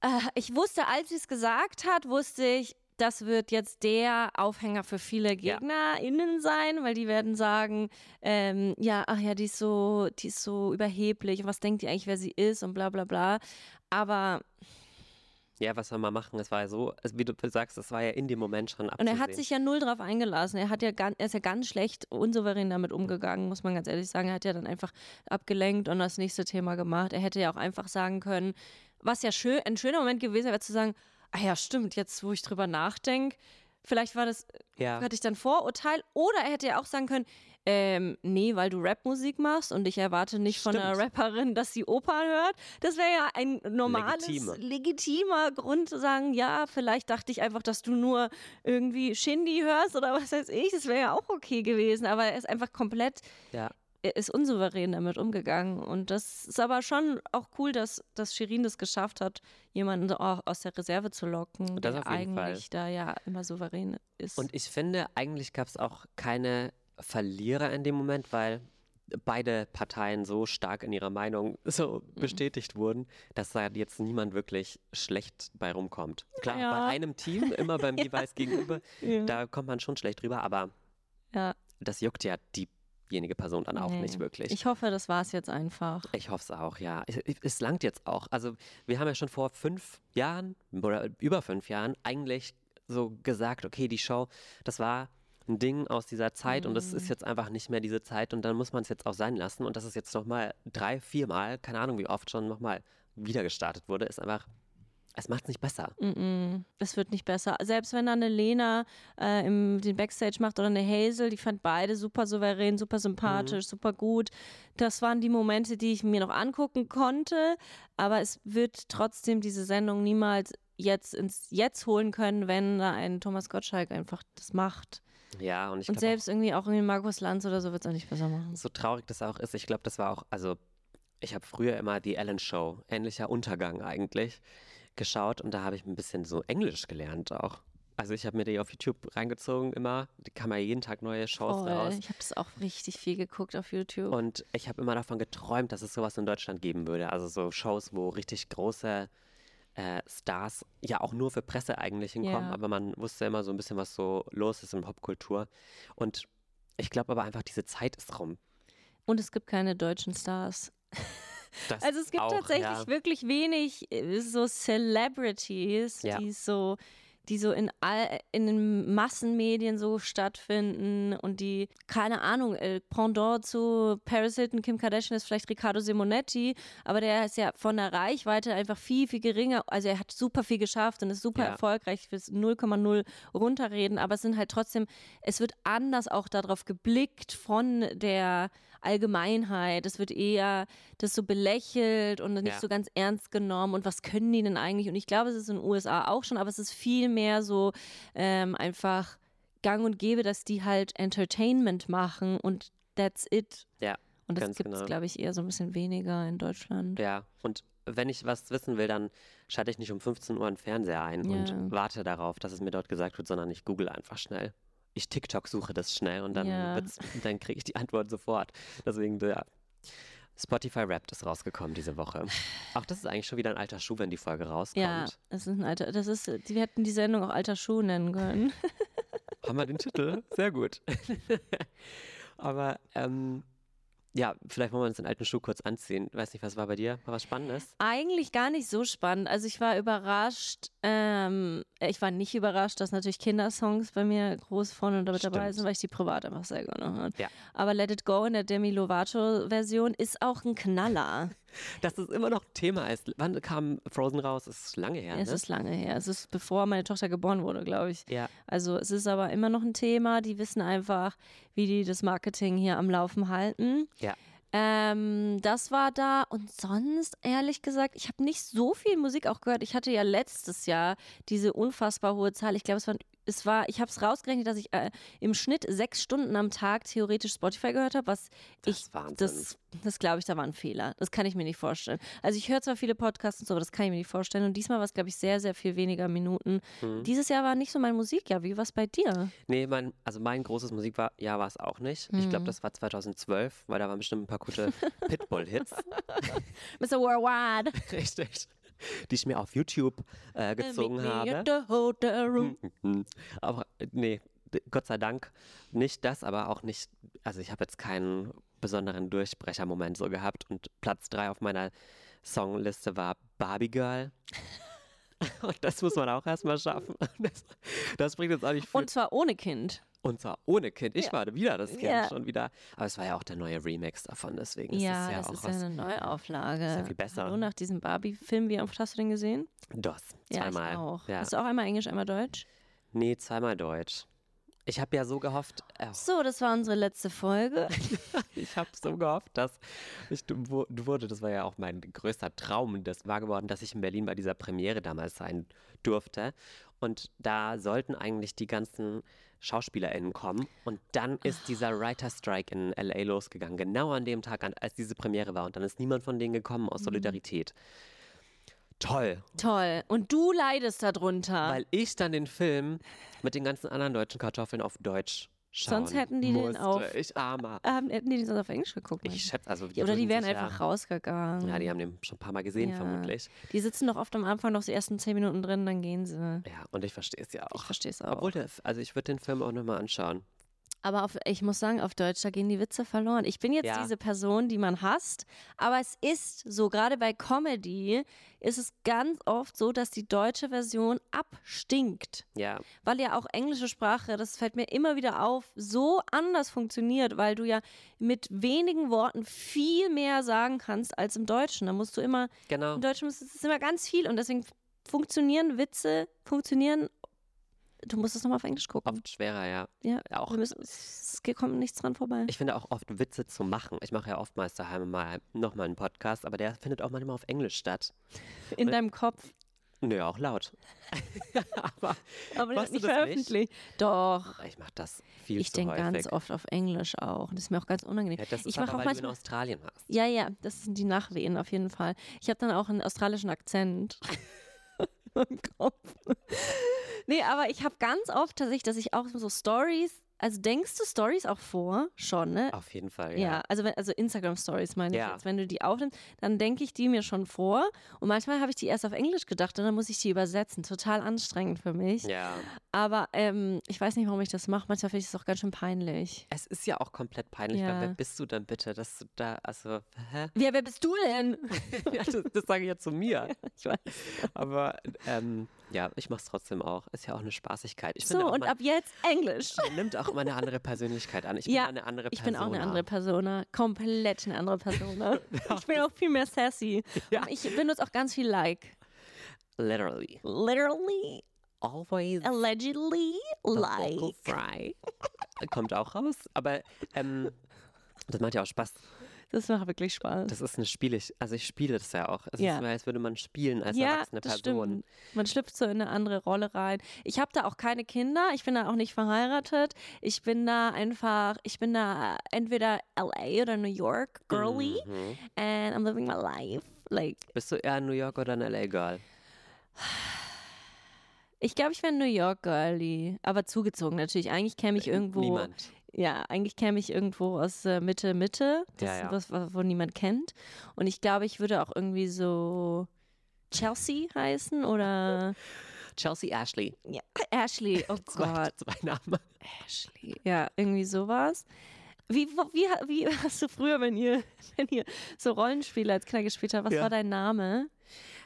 Äh, ich wusste, als sie es gesagt hat, wusste ich, das wird jetzt der Aufhänger für viele Ja. GegnerInnen sein, weil die werden sagen, ähm, ja, ach ja, die ist so, die ist so überheblich und was denkt die eigentlich, wer sie ist und bla bla bla. Aber Ja, was soll man machen? Es war ja so, also wie du sagst, es war ja in dem Moment schon Und abzusehen. er hat sich ja null drauf eingelassen. Er, hat ja gan- er ist ja ganz schlecht unsouverän damit umgegangen, muss man ganz ehrlich sagen. Er hat ja dann einfach abgelenkt und das nächste Thema gemacht. Er hätte ja auch einfach sagen können, was ja schön, ein schöner Moment gewesen wäre, zu sagen, ah ja, stimmt, jetzt wo ich drüber nachdenke, vielleicht war das, ja. hatte ich dann Vorurteil. Oder er hätte ja auch sagen können, ähm, nee, weil du Rapmusik machst und ich erwarte nicht von einer Stimmt. Rapperin, dass sie Opern hört. Das wäre ja ein normales, Legitime. legitimer Grund zu sagen, ja, vielleicht dachte ich einfach, dass du nur irgendwie Shindy hörst oder was weiß ich. Das wäre ja auch okay gewesen, aber er ist einfach komplett, ja. er ist unsouverän damit umgegangen. Und das ist aber schon auch cool, dass, dass Shirin das geschafft hat, jemanden so auch aus der Reserve zu locken, Das der auf jeden Fall. eigentlich da ja immer souverän ist. Und ich finde, eigentlich gab es auch keine Verlierer in dem Moment, weil beide Parteien so stark in ihrer Meinung so Mhm. bestätigt wurden, dass da jetzt niemand wirklich schlecht bei rumkommt. Klar, Ja. bei einem Team, immer beim jeweils Gegenüber, Ja. da kommt man schon schlecht rüber, aber ja. das juckt ja diejenige Person dann auch Nee. nicht wirklich. Ich hoffe, das war es jetzt einfach. Ich hoffe es auch, ja. Es- es- Es langt jetzt auch. Also wir haben ja schon vor fünf Jahren oder über fünf Jahren eigentlich so gesagt, okay, die Show, das war ein Ding aus dieser Zeit und Mhm. es ist jetzt einfach nicht mehr diese Zeit und dann muss man es jetzt auch sein lassen und dass es jetzt nochmal drei, viermal, keine Ahnung wie oft schon nochmal wieder gestartet wurde, ist einfach, es macht es nicht besser. Mm-mm. Es wird nicht besser. Selbst wenn dann eine Lena äh, im, den Backstage macht oder eine Hazel, die fand beide super souverän, super sympathisch, Mhm. super gut. Das waren die Momente, die ich mir noch angucken konnte. Aber es wird trotzdem diese Sendung niemals jetzt ins Jetzt holen können, wenn da ein Thomas Gottschalk einfach das macht. Ja, und ich Und glaube, selbst irgendwie auch irgendwie Markus Lanz oder so wird es auch nicht besser machen. so traurig das auch ist, ich glaube, das war auch, also ich habe früher immer die Ellen Show, ähnlicher Untergang eigentlich, geschaut und da habe ich ein bisschen so Englisch gelernt auch. Also ich habe mir die auf YouTube reingezogen immer, die kam ja jeden Tag neue Shows Voll. raus. Ich habe das auch richtig viel geguckt auf YouTube. Und ich habe immer davon geträumt, dass es sowas in Deutschland geben würde. Also so Shows, wo richtig große äh, Stars ja auch nur für Presse eigentlich hinkommen, Ja. aber man wusste immer so ein bisschen, was so los ist in Popkultur. Und ich glaube aber einfach, diese Zeit ist rum. Und es gibt keine deutschen Stars. Das Also es gibt auch, tatsächlich ja. wirklich wenig äh, so Celebrities, Ja. die so die so in all, in den Massenmedien so stattfinden und die keine Ahnung äh, Pendant zu Paris Hilton, Kim Kardashian ist vielleicht Riccardo Simonetti, aber der ist ja von der Reichweite einfach viel viel geringer. Also er hat super viel geschafft und ist super Ja. erfolgreich fürs 0,0 runterreden, aber es sind halt trotzdem es wird anders auch darauf geblickt von der Allgemeinheit. Es wird eher das so belächelt und nicht Ja. so ganz ernst genommen. Und was können die denn eigentlich? Und ich glaube, es ist in den USA auch schon, aber es ist viel mehr so ähm, einfach gang und gäbe, dass die halt Entertainment machen und that's it. Ja, Und das ganz gibt es, genau. glaube ich, eher so ein bisschen weniger in Deutschland. Ja, und wenn ich was wissen will, dann schalte ich nicht um 15 Uhr einen Fernseher ein Ja. und warte darauf, dass es mir dort gesagt wird, sondern ich google einfach schnell. Ich TikTok suche das schnell und dann, Ja. wird's- dann kriege ich die Antwort sofort. Deswegen, ja. Spotify Wrapped ist rausgekommen diese Woche. Auch das ist eigentlich schon wieder ein alter Schuh, wenn die Folge rauskommt. Ja, das ist ein alter, das ist, die hätten die Sendung auch alter Schuh nennen können. Haben wir den Titel? Sehr gut. Aber ähm, ja, vielleicht wollen wir uns den alten Schuh kurz anziehen. Weiß nicht, was war bei dir? War was Spannendes? Eigentlich gar nicht so spannend. Also ich war überrascht, ähm, ich war nicht überrascht, dass natürlich Kindersongs bei mir groß vorne und damit dabei Stimmt. sind, weil ich die privat einfach sehr gerne höre. Ja. Aber Let It Go in der Demi Lovato-Version ist auch ein Knaller. Dass es immer noch Thema ist. Wann kam Frozen raus? Ist lange her, es ne? ist lange her. Es ist bevor meine Tochter geboren wurde, glaube ich. ja, Also es ist aber immer noch ein Thema. Die wissen einfach, wie die das Marketing hier am Laufen halten. ja. Ähm, das war da und sonst, ehrlich gesagt, ich habe nicht so viel Musik auch gehört. Ich hatte ja letztes Jahr diese unfassbar hohe Zahl. Ich glaube, es waren es war, ich habe es rausgerechnet, dass ich äh, im Schnitt sechs Stunden am Tag theoretisch Spotify gehört habe, was Das ich, ist Wahnsinn. das, das glaube ich, da war ein Fehler. Das kann ich mir nicht vorstellen. Also ich höre zwar viele Podcasts und so, aber das kann ich mir nicht vorstellen. Und diesmal war es, glaube ich, sehr, sehr viel weniger Minuten. Hm. Dieses Jahr war nicht so mein Musikjahr. Wie war es bei dir? Nee, mein, also mein großes Musikjahr war es auch nicht. Ich Mhm. glaube, das war 2012, weil da waren bestimmt ein paar gute Pitbull-Hits. Mr. Worldwide. Richtig. Die ich mir auf YouTube äh, gezogen Meet me habe. at the hotel room. Mhm. Aber äh, nee, d- Gott sei Dank nicht das, aber auch nicht, also ich habe jetzt keinen besonderen Durchbrechermoment so gehabt und Platz 3 auf meiner Songliste war Barbie Girl. Und das muss man auch erstmal schaffen. Das, das bringt uns auch nicht viel. Und zwar ohne Kind. Und zwar ohne Kind. Ich Ja. war wieder das Kind Ja. schon wieder. Aber es war ja auch der neue Remix davon, deswegen ja, ist es ja das auch ist ja was. eine Neuauflage. Ist ja viel besser. Hallo, nach diesem Barbie-Film, wie oft hast du den gesehen? DOS. Ja, Zweimal. ich auch. Also Ja. Hast du auch einmal Englisch, einmal Deutsch? Nee, zweimal Deutsch. Ich habe ja so gehofft, äh, So, das war unsere letzte Folge. Ich habe so gehofft, dass ich du- wu- wurde, das war ja auch mein größter Traum, das war geworden, dass ich in Berlin bei dieser Premiere damals sein durfte. Und da sollten eigentlich die ganzen SchauspielerInnen kommen. Und dann ist dieser Writer-Strike in L.A. losgegangen, genau an dem Tag, an- als diese Premiere war. Und dann ist niemand von denen gekommen Mhm. aus Solidarität. Toll, Toll. Und du leidest darunter. weil ich dann den Film mit den ganzen anderen deutschen Kartoffeln auf Deutsch schauen Sonst hätten die den musste. auf- Ich armer. ähm, hätten die den sonst auf Englisch geguckt? Ich meinst schätze, also du? ja, oder die wären sicher- einfach rausgegangen. Ja, die haben den schon ein paar Mal gesehen, Ja. vermutlich. Die sitzen doch oft am Anfang noch die ersten zehn Minuten drin, dann gehen sie. Ja, und ich verstehe es ja Ich auch. verstehe es auch. Obwohl, der, also ich würde den Film auch nochmal anschauen. aber auf, ich muss sagen, auf Deutsch, da gehen die Witze verloren. Ich bin jetzt Ja. diese Person, die man hasst, aber es ist so, gerade bei Comedy ist es ganz oft so, dass die deutsche Version abstinkt. Ja, weil ja auch englische Sprache, das fällt mir immer wieder auf, so anders funktioniert, weil du ja mit wenigen Worten viel mehr sagen kannst als im Deutschen. Da musst du immer, genau. im Deutschen ist es immer ganz viel und deswegen funktionieren Witze, funktionieren, du musst es nochmal auf Englisch gucken. Oft schwerer, ja. ja, Auch, wir müssen, es geht- kommt nichts dran vorbei. ich finde auch oft Witze zu machen. Ich mache ja oftmals daheim mal nochmal einen Podcast, aber der findet auch manchmal auf Englisch statt. In deinem Kopf. Nö, auch laut. aber Machst du Aber nicht das nicht? veröffentlicht. Doch. ich mache das viel Ich zu denke häufig. ganz oft auf Englisch auch. Und das ist mir auch ganz unangenehm. ja, das ist halt genau. ich aber, mache auch weil du in manchmal. Australien warst. Ja, ja, das sind die Nachwehen auf jeden Fall. Ich habe dann auch einen australischen Akzent im Kopf. Nee, aber ich habe ganz oft tatsächlich, dass ich auch so Stories, also denkst du Stories auch vor? Schon, ne? Auf jeden Fall, Ja, ja. also, wenn, also Instagram-Stories meine ich Ja. jetzt. Wenn du die aufnimmst, dann denke ich die mir schon vor. Und manchmal habe ich die erst auf Englisch gedacht und dann muss ich die übersetzen. Total anstrengend für mich. Ja. Aber ähm, ich weiß nicht, warum ich das mache. Manchmal finde ich es auch ganz schön peinlich. Es ist ja auch komplett peinlich, weil Ja. wer bist du denn bitte, dass du da, also, hä? Ja, wer bist du denn? Ja, das, das sage ich ja zu mir. Ich weiß. Aber ähm, ja, ich mache es trotzdem auch. Ist ja auch eine Spaßigkeit. Ich finde So, auch, und man, ab jetzt Englisch. man nimmt auch immer eine andere Persönlichkeit an. Ich bin Ja, eine andere Ich Person. bin auch eine andere Persona, komplett eine andere Persona. Ich bin auch viel mehr sassy. Ja. Und ich benutze auch ganz viel like. Literally. Literally, Always allegedly, the vocal like. fry. Kommt auch raus. Aber ähm, das macht ja auch Spaß. Das macht wirklich Spaß. Das ist eine Spiel. Ich, also ich spiele das ja auch. Also Es Ja. ist, als würde man spielen als ja, erwachsene das Person. stimmt. Man schlüpft so in eine andere Rolle rein. Ich habe da auch keine Kinder, ich bin da auch nicht verheiratet. Ich bin da einfach, ich bin da entweder LA oder New York girly Mhm. and I'm living my life. Like, Bist du eher in New York oder in LA Girl? ich glaube, ich wäre New York girly, aber zugezogen natürlich. Eigentlich käme ich irgendwo Äh, Niemand. Ja, eigentlich käme ich irgendwo aus äh, Mitte, Mitte, das, Ja, ja. Was, was, wo niemand kennt. Und ich glaube, ich würde auch irgendwie so Chelsea heißen oder Chelsea Ashley. ja, Ashley. Oh Zwei, Gott, zwei Namen. Ashley. Ja, irgendwie sowas. Wie, wo- wie, ha- wie hast du früher, wenn ihr, wenn ihr so Rollenspiele als Kinder gespielt habt, was Ja. war dein Name?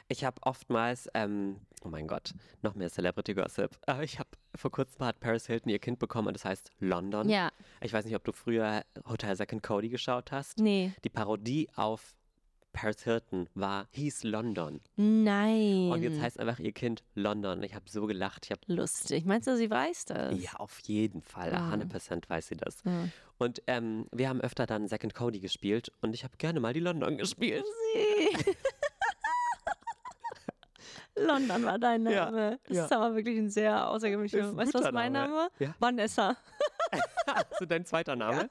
Ich habe oftmals, ähm, oh mein Gott, noch mehr Celebrity Gossip. Aber ich habe vor kurzem hat Paris Hilton ihr Kind bekommen und das heißt London. Ja, Ich weiß nicht, ob du früher Hotel Second Cody geschaut hast. nee. Die Parodie auf Paris Hilton war, hieß London. Nein. Und Oh, jetzt heißt einfach ihr Kind London. Ich habe so gelacht. Ich habe Lustig. Meinst du, sie weiß das? ja, auf jeden Fall. Ah. 100% weiß sie das. Ah. Und ähm, wir haben öfter dann Second Cody gespielt und ich habe gerne mal die London gespielt. London war dein Name. Ja, Das ja. ist aber wirklich ein sehr außergewöhnlicher Ist ein Name. Weißt du, was guter mein Name. Name? Ja. Vanessa. Also dein zweiter Name?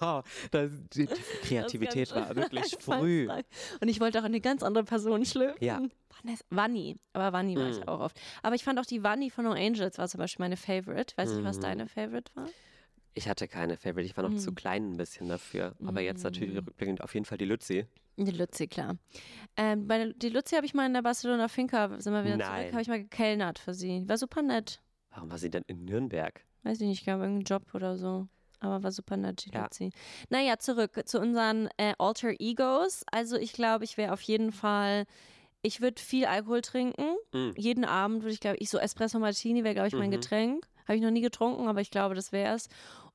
Wow, das, die, die Kreativität Das war Ganze- wirklich Ich fand's früh. toll. Und ich wollte auch eine ganz andere Person schlüpfen. Ja. Vanessa, Vanni. Aber Vanni war ich Mm. auch oft. Aber ich fand auch die Vanni von No Angels war zum Beispiel meine Favorite. Weißt du, Mm. was deine Favorite war? Ich hatte keine Favorite, ich war noch Hm. zu klein ein bisschen dafür. Aber jetzt natürlich rückblickend auf jeden Fall die Lützi. Die Luzi, klar. Ähm, bei der, die Luzi habe ich mal in der Barcelona Finca, sind wir wieder Nein. zurück, habe ich mal gekellnert für sie. War super nett. Warum war sie denn in Nürnberg? Weiß ich nicht, gab irgendeinen Job oder so. Aber war super nett, die Ja. Luzi. Naja, zurück zu unseren äh, Alter Egos. Also ich glaube, ich wäre auf jeden Fall, ich würde viel Alkohol trinken. Mm. Jeden Abend würde ich, glaube ich, so Espresso Martini wäre, glaube ich, mein Mhm. Getränk. Habe ich noch nie getrunken, aber ich glaube, das wäre es.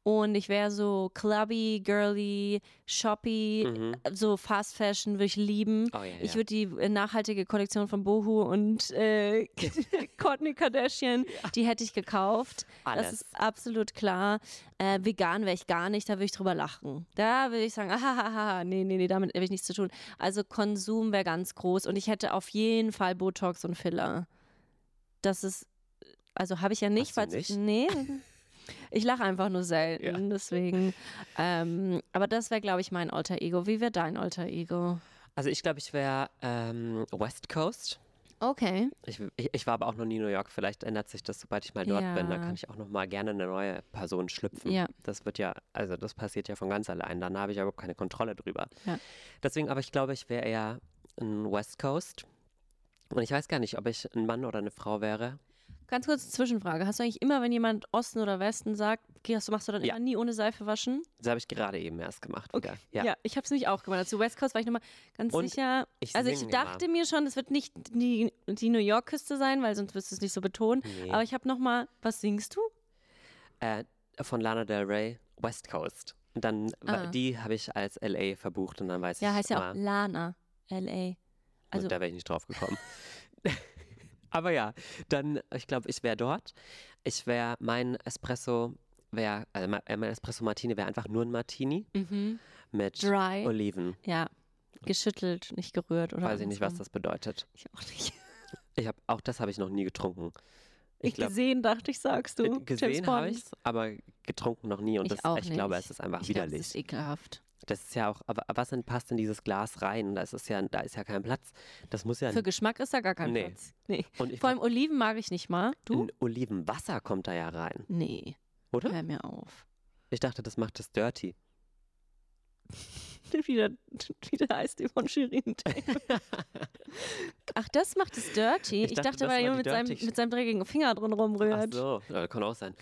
Und ich wäre so clubby, girly, shoppy, Mhm. so Fast Fashion würde ich lieben. Oh ja, Ich ja. würde die äh, nachhaltige Kollektion von Bohu und äh, Kourtney Kardashian, die hätte ich gekauft. Alles. Das ist absolut klar. Äh, vegan wäre ich gar nicht, da würde ich drüber lachen. Da würde ich sagen, ahahaha, nee, nee, nee, damit habe ich nichts zu tun. Also Konsum wäre ganz groß und ich hätte auf jeden Fall Botox und Filler. Das ist, also habe ich ja nicht, Hast du weil nicht? nee. Ich lache einfach nur selten, Ja. deswegen. Ähm, aber das wäre, glaube ich, mein Alter Ego. Wie wäre dein Alter Ego? Also ich glaube, ich wäre ähm, West Coast. Okay. Ich, ich, ich war aber auch noch nie in New York. Vielleicht ändert sich das, sobald ich mal dort bin. Da Ja. kann ich auch noch mal gerne eine neue Person schlüpfen. Ja. Das wird ja, also das passiert ja von ganz allein. Dann habe ich überhaupt keine Kontrolle drüber. Ja. Deswegen, aber ich glaube, ich wäre eher ein West Coast. Und ich weiß gar nicht, ob ich ein Mann oder eine Frau wäre. Ganz kurze Zwischenfrage. Hast du eigentlich immer, wenn jemand Osten oder Westen sagt, gehst du, machst du dann Ja. immer nie ohne Seife waschen? Das habe ich gerade eben erst gemacht. Wieder. ich habe es nämlich auch gemacht. Als du West Coast war ich nochmal ganz Und sicher. ich also ich sing dachte mir schon, es wird nicht die, die New York-Küste sein, weil sonst wirst du es nicht so betonen. Nee. Aber ich habe nochmal, was singst du? Äh, von Lana Del Rey, West Coast. Und dann, wa- Ah. die habe ich als LA verbucht und dann weiß Ja, ich heißt ja auch immer- Lana, L.A. Also, Also- da wäre ich nicht drauf gekommen. Aber ja, dann, ich glaube, ich wäre dort. Ich wäre, mein Espresso wäre, äh, mein mein Espresso Martini wäre einfach nur ein Martini Mhm. mit Dry. Oliven. Ja, geschüttelt, nicht gerührt oder Weiß ich nicht, was andersrum. das bedeutet. Ich auch nicht. Ich habe auch das habe ich noch nie getrunken. Ich gesehen dachte ich, sagst du. äh, James gesehen habe Bond. ich es, aber getrunken noch nie. Und Ich das, auch ich glaube, nicht. es ist einfach Ich glaub, widerlich. Das ist ekelhaft. das ist ja auch, aber was denn passt in dieses Glas rein? Da ist, es ja, da ist ja kein Platz. Das muss ja. Für Geschmack ist da gar kein Nee. Platz. Nee. und ich Vor glaub, allem Oliven mag ich nicht mal. Du? ein Olivenwasser kommt da ja rein, Nee, oder? hör mir auf. Ich dachte, das macht es dirty. Wieder, wieder heißt die von Shirin. Ach, das macht es dirty. Ich Ich, dachte, dachte, das war weil die jemand mit seinem, dirty. mit seinem dreckigen Finger drin Ach rumrührt. so, ja, kann auch sein.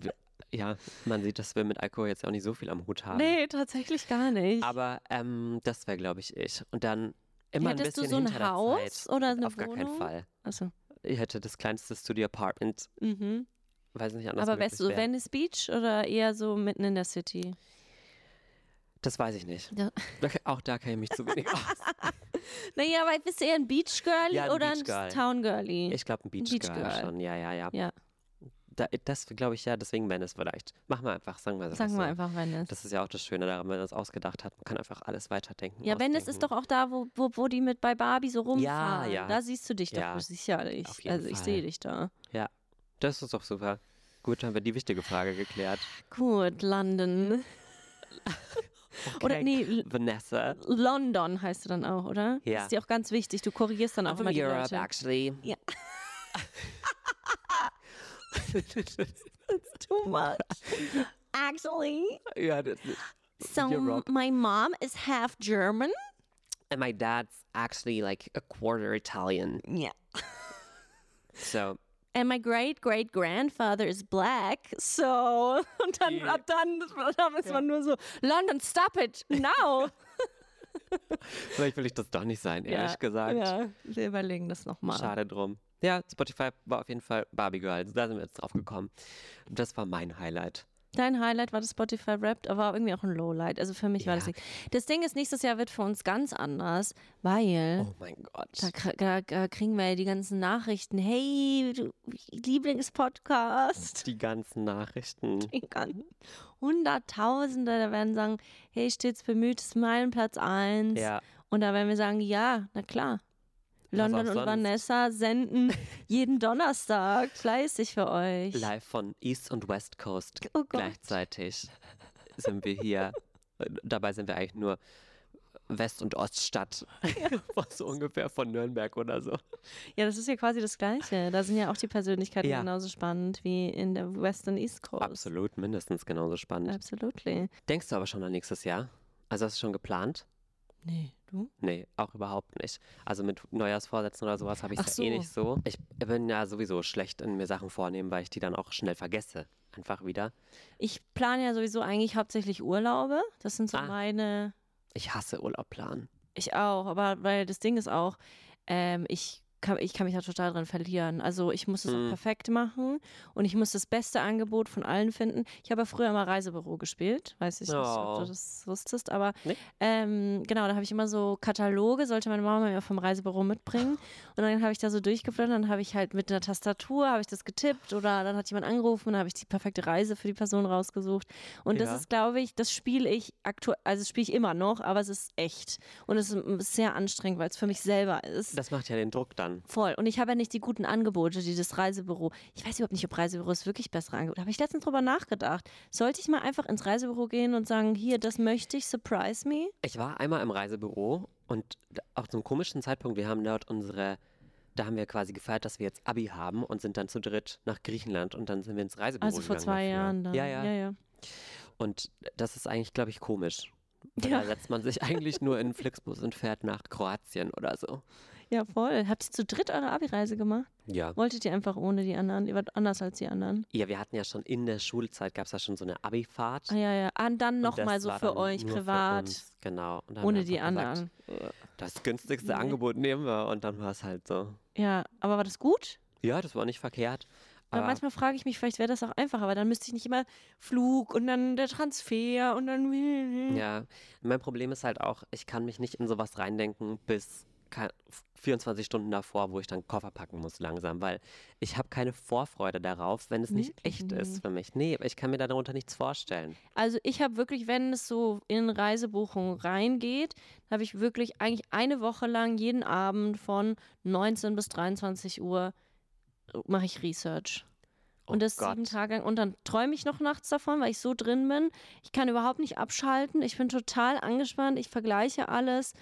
Wir- ja, man sieht, dass wir mit Alkohol jetzt auch nicht so viel am Hut haben. Nee, tatsächlich gar nicht. Aber ähm, das wäre, glaube ich, ich. Und dann immer ein Hättest bisschen du so ein hinter der Haus Zeit. oder eine Auf Wohnung? gar keinen Fall. Achso. Ich hätte das kleinste Studio-Apartment, Mhm. weiß nicht anders Aber wärst du so möglich wär. Venice Beach oder eher so mitten in der City? Das weiß ich nicht. Ja. Da- Auch da kann ich mich zu wenig aus. Naja, aber bist du eher ein Beach Girlie Ja, ein oder Beach Girl. ein Town Girlie? Ich glaube, ein Beach, Beach Girl Girl. schon. Ja, ja, ja. Ja, Da, das glaube ich ja, deswegen Venice vielleicht. Machen wir einfach, sagen wir das sagen so. wir einfach Venice. Das ist ja auch das Schöne daran, wenn man das ausgedacht hat. Man kann einfach alles weiterdenken. Ja, Venice ist ausdenken. doch auch da, wo, wo, wo die mit bei Barbie so rumfahren. ja. Da siehst du dich doch Ja, sicherlich. auf jeden also ich Fall. sehe dich da. Das ist doch super. Gut, haben wir die wichtige Frage geklärt. Gut, London. Oder Mhm. Okay. nee, L- Vanessa. London heißt du dann auch, oder? Ja. Ist dir auch ganz wichtig. Du korrigierst dann auch from immer die Europe, Leute. actually. Ja. Too much. Actually, ja, das, so Europe. my mom is half German. and my dad's actually like a quarter Italian. Yeah. So, And my great great grandfather is black, so und dann Yeah. ab dann, dann ist man nur so London, stop it now. vielleicht will ich das doch nicht sein, ehrlich Ja, gesagt. Ja, wir überlegen das nochmal. Schade drum. Ja, Spotify war auf jeden Fall Barbie Girl. Da sind wir jetzt drauf gekommen. Das war mein Highlight. Dein Highlight war das Spotify Wrapped, aber irgendwie auch ein Lowlight. Also für mich war Ja. das nicht. Das Ding ist, nächstes Jahr wird für uns ganz anders, weil Oh mein Gott. da, kr- da, da kriegen wir ja die ganzen Nachrichten. Hey, du Lieblingspodcast. Die ganzen Nachrichten. Die ganzen Hunderttausende, da werden sagen, hey, stets bemüht, ist mein Platz 1. Ja, Und da werden wir sagen, ja, na klar. Was London auch und sonst. Vanessa senden jeden Donnerstag fleißig für euch. live von East und West Coast Oh Gott. gleichzeitig sind wir hier. Dabei sind wir eigentlich nur West- und Oststadt. so ungefähr von Nürnberg oder so. Ja, das ist ja quasi das Gleiche. Da sind ja auch die Persönlichkeiten Ja. genauso spannend wie in der Western East Coast. Absolut, mindestens genauso spannend. Absolutely. Denkst du aber schon an nächstes Jahr? Also hast du schon geplant? Nee, du? Nee, auch überhaupt nicht. Also mit Neujahrsvorsätzen oder sowas habe ich Ach es ja eh so. nicht so. Ich bin ja sowieso schlecht in mir Sachen vornehmen, weil ich die dann auch schnell vergesse. Einfach wieder. Ich plane ja sowieso eigentlich hauptsächlich Urlaube. Das sind so Ah. meine Ich hasse Urlaub planen. Ich auch, aber weil das Ding ist auch, ähm, ich, kann, ich kann mich da total dran verlieren. Also ich muss es auch Mhm. perfekt machen und ich muss das beste Angebot von allen finden. Ich habe ja früher immer Reisebüro gespielt, weiß ich nicht, ob du Oh. das wusstest, aber Nee. ähm, genau, da habe ich immer so Kataloge, sollte meine Mama mir vom Reisebüro mitbringen und dann habe ich da so durchgeblättert, dann habe ich halt mit einer Tastatur, habe ich das getippt oder dann hat jemand angerufen und dann habe ich die perfekte Reise für die Person rausgesucht und das Ja. ist, glaube ich, das spiele ich aktuell, also das spiele ich immer noch, aber es ist echt. Und es ist sehr anstrengend, weil es für mich selber ist. Das macht ja den Druck dann. Voll. Und ich habe ja nicht die guten Angebote, die das Reisebüro. Ich weiß überhaupt nicht, ob Reisebüros wirklich bessere Angebote. Habe ich letztens drüber nachgedacht. Sollte ich mal einfach ins Reisebüro gehen und sagen, hier, das möchte ich, surprise me? Ich war einmal im Reisebüro und d- auch zum komischen Zeitpunkt, wir haben dort unsere, da haben wir quasi gefeiert, dass wir jetzt Abi haben und sind dann zu dritt nach Griechenland und dann sind wir ins Reisebüro Also vor gegangen zwei dafür. Jahren dann. Ja, ja, ja, ja. Und das ist eigentlich, glaube ich, komisch. Weil Ja. Da setzt man sich eigentlich nur in den Flixbus und fährt nach Kroatien oder so. Ja, voll. Habt ihr zu dritt eure Abi-Reise gemacht? Ja. Wolltet ihr einfach ohne die anderen? Ihr wart anders als die anderen. Ja, wir hatten ja schon in der Schulzeit, gab es ja schon so eine Abi-Fahrt. Ah, ja, ja. Ah, dann Und das nochmal so war für dann euch nur für privat. uns, Genau. Und dann haben ohne wir die einfach gesagt, anderen. Das günstigste Nee. Angebot nehmen wir und dann war es halt so. Ja, aber war das gut? Ja, das war nicht verkehrt. Weil Aber manchmal frage ich mich, vielleicht wäre das auch einfach, aber dann müsste ich nicht immer Flug und dann der Transfer und dann. Ja, mein Problem ist halt auch, ich kann mich nicht in sowas reindenken bis ke- 24 Stunden davor, wo ich dann Koffer packen muss langsam, weil ich habe keine Vorfreude darauf, wenn es nicht Wirklich echt ist für mich. Nee, ich kann mir darunter nichts vorstellen. Also ich habe wirklich, wenn es so in Reisebuchungen reingeht, habe ich wirklich eigentlich eine Woche lang jeden Abend von 19 bis 23 Uhr äh, mache ich Research. Oh Und das Gott. sieben Tage lang. Und dann träume ich noch nachts davon, weil ich so drin bin. Ich kann überhaupt nicht abschalten. Ich bin total angespannt. Ich vergleiche alles.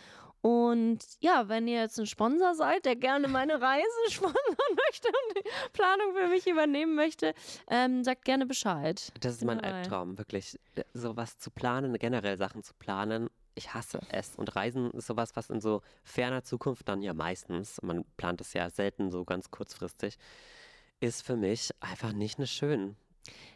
Und ja, wenn ihr jetzt ein Sponsor seid, der gerne meine Reise sponsern möchte und die Planung für mich übernehmen möchte, ähm, sagt gerne Bescheid. Das ist Bin mein dabei. Albtraum, wirklich. Äh, Sowas zu planen, generell Sachen zu planen. Ich hasse es. Und Reisen ist sowas, was in so ferner Zukunft dann ja meistens, man plant es ja selten so ganz kurzfristig, ist für mich einfach nicht eine schön.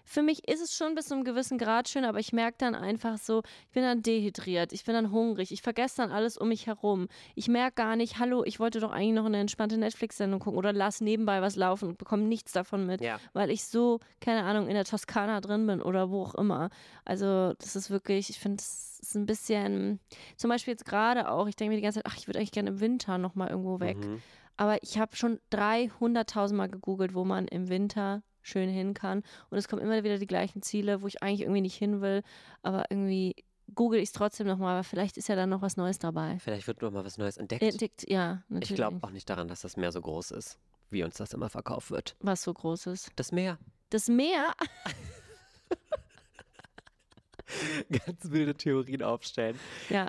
Für mich ist es schon bis zu einem gewissen Grad schön, aber ich merke dann einfach so, ich bin dann dehydriert, ich bin dann hungrig, ich vergesse dann alles um mich herum. Ich merke gar nicht, hallo, ich wollte doch eigentlich noch eine entspannte Netflix-Sendung gucken oder lass nebenbei was laufen und bekomme nichts davon mit. Ja. weil ich so, keine Ahnung, in der Toskana drin bin oder wo auch immer. Also, das ist wirklich, ich finde, es ist ein bisschen, zum Beispiel jetzt gerade auch, ich denke mir die ganze Zeit, ach, ich würde eigentlich gerne im Winter nochmal irgendwo weg. Mhm. Aber ich habe schon 300.000 Mal gegoogelt, wo man im Winter schön hin kann. Und es kommen immer wieder die gleichen Ziele, wo ich eigentlich irgendwie nicht hin will. Aber irgendwie google ich es trotzdem nochmal, aber vielleicht ist ja dann noch was Neues dabei. Vielleicht wird noch mal was Neues entdeckt. Entdeckt, ja, natürlich. Ich glaube auch nicht daran, dass das Meer so groß ist, wie uns das immer verkauft wird. Was so Großes. Das Meer. Das Meer Ganz wilde Theorien aufstellen. Ja.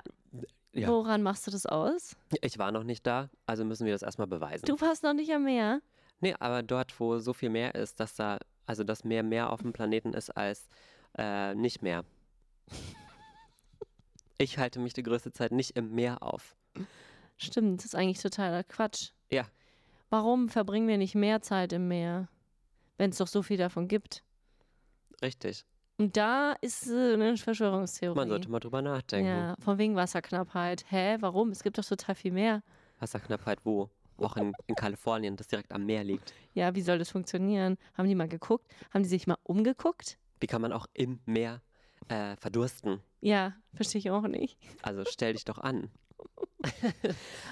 Ja. Woran machst du das aus? Ich war noch nicht da, also müssen wir das erstmal beweisen. Du warst noch nicht am Meer. Nee, aber dort, wo so viel Meer ist, dass da, also dass mehr mehr auf dem Planeten ist als äh, nicht mehr. Ich halte mich die größte Zeit nicht im Meer auf. Stimmt, das ist eigentlich totaler Quatsch. Ja. Warum verbringen wir nicht mehr Zeit im Meer, wenn es doch so viel davon gibt? Richtig. Und da ist äh, eine Verschwörungstheorie. Man sollte mal drüber nachdenken. ja, von wegen Wasserknappheit. Hä, warum? Es gibt doch total viel mehr. Wasserknappheit wo? Auch in, in Kalifornien, das direkt am Meer liegt. Ja, wie soll das funktionieren? Haben die mal geguckt? Haben die sich mal umgeguckt? Wie kann man auch im Meer äh, verdursten? Ja, verstehe ich auch nicht. Also stell dich doch an.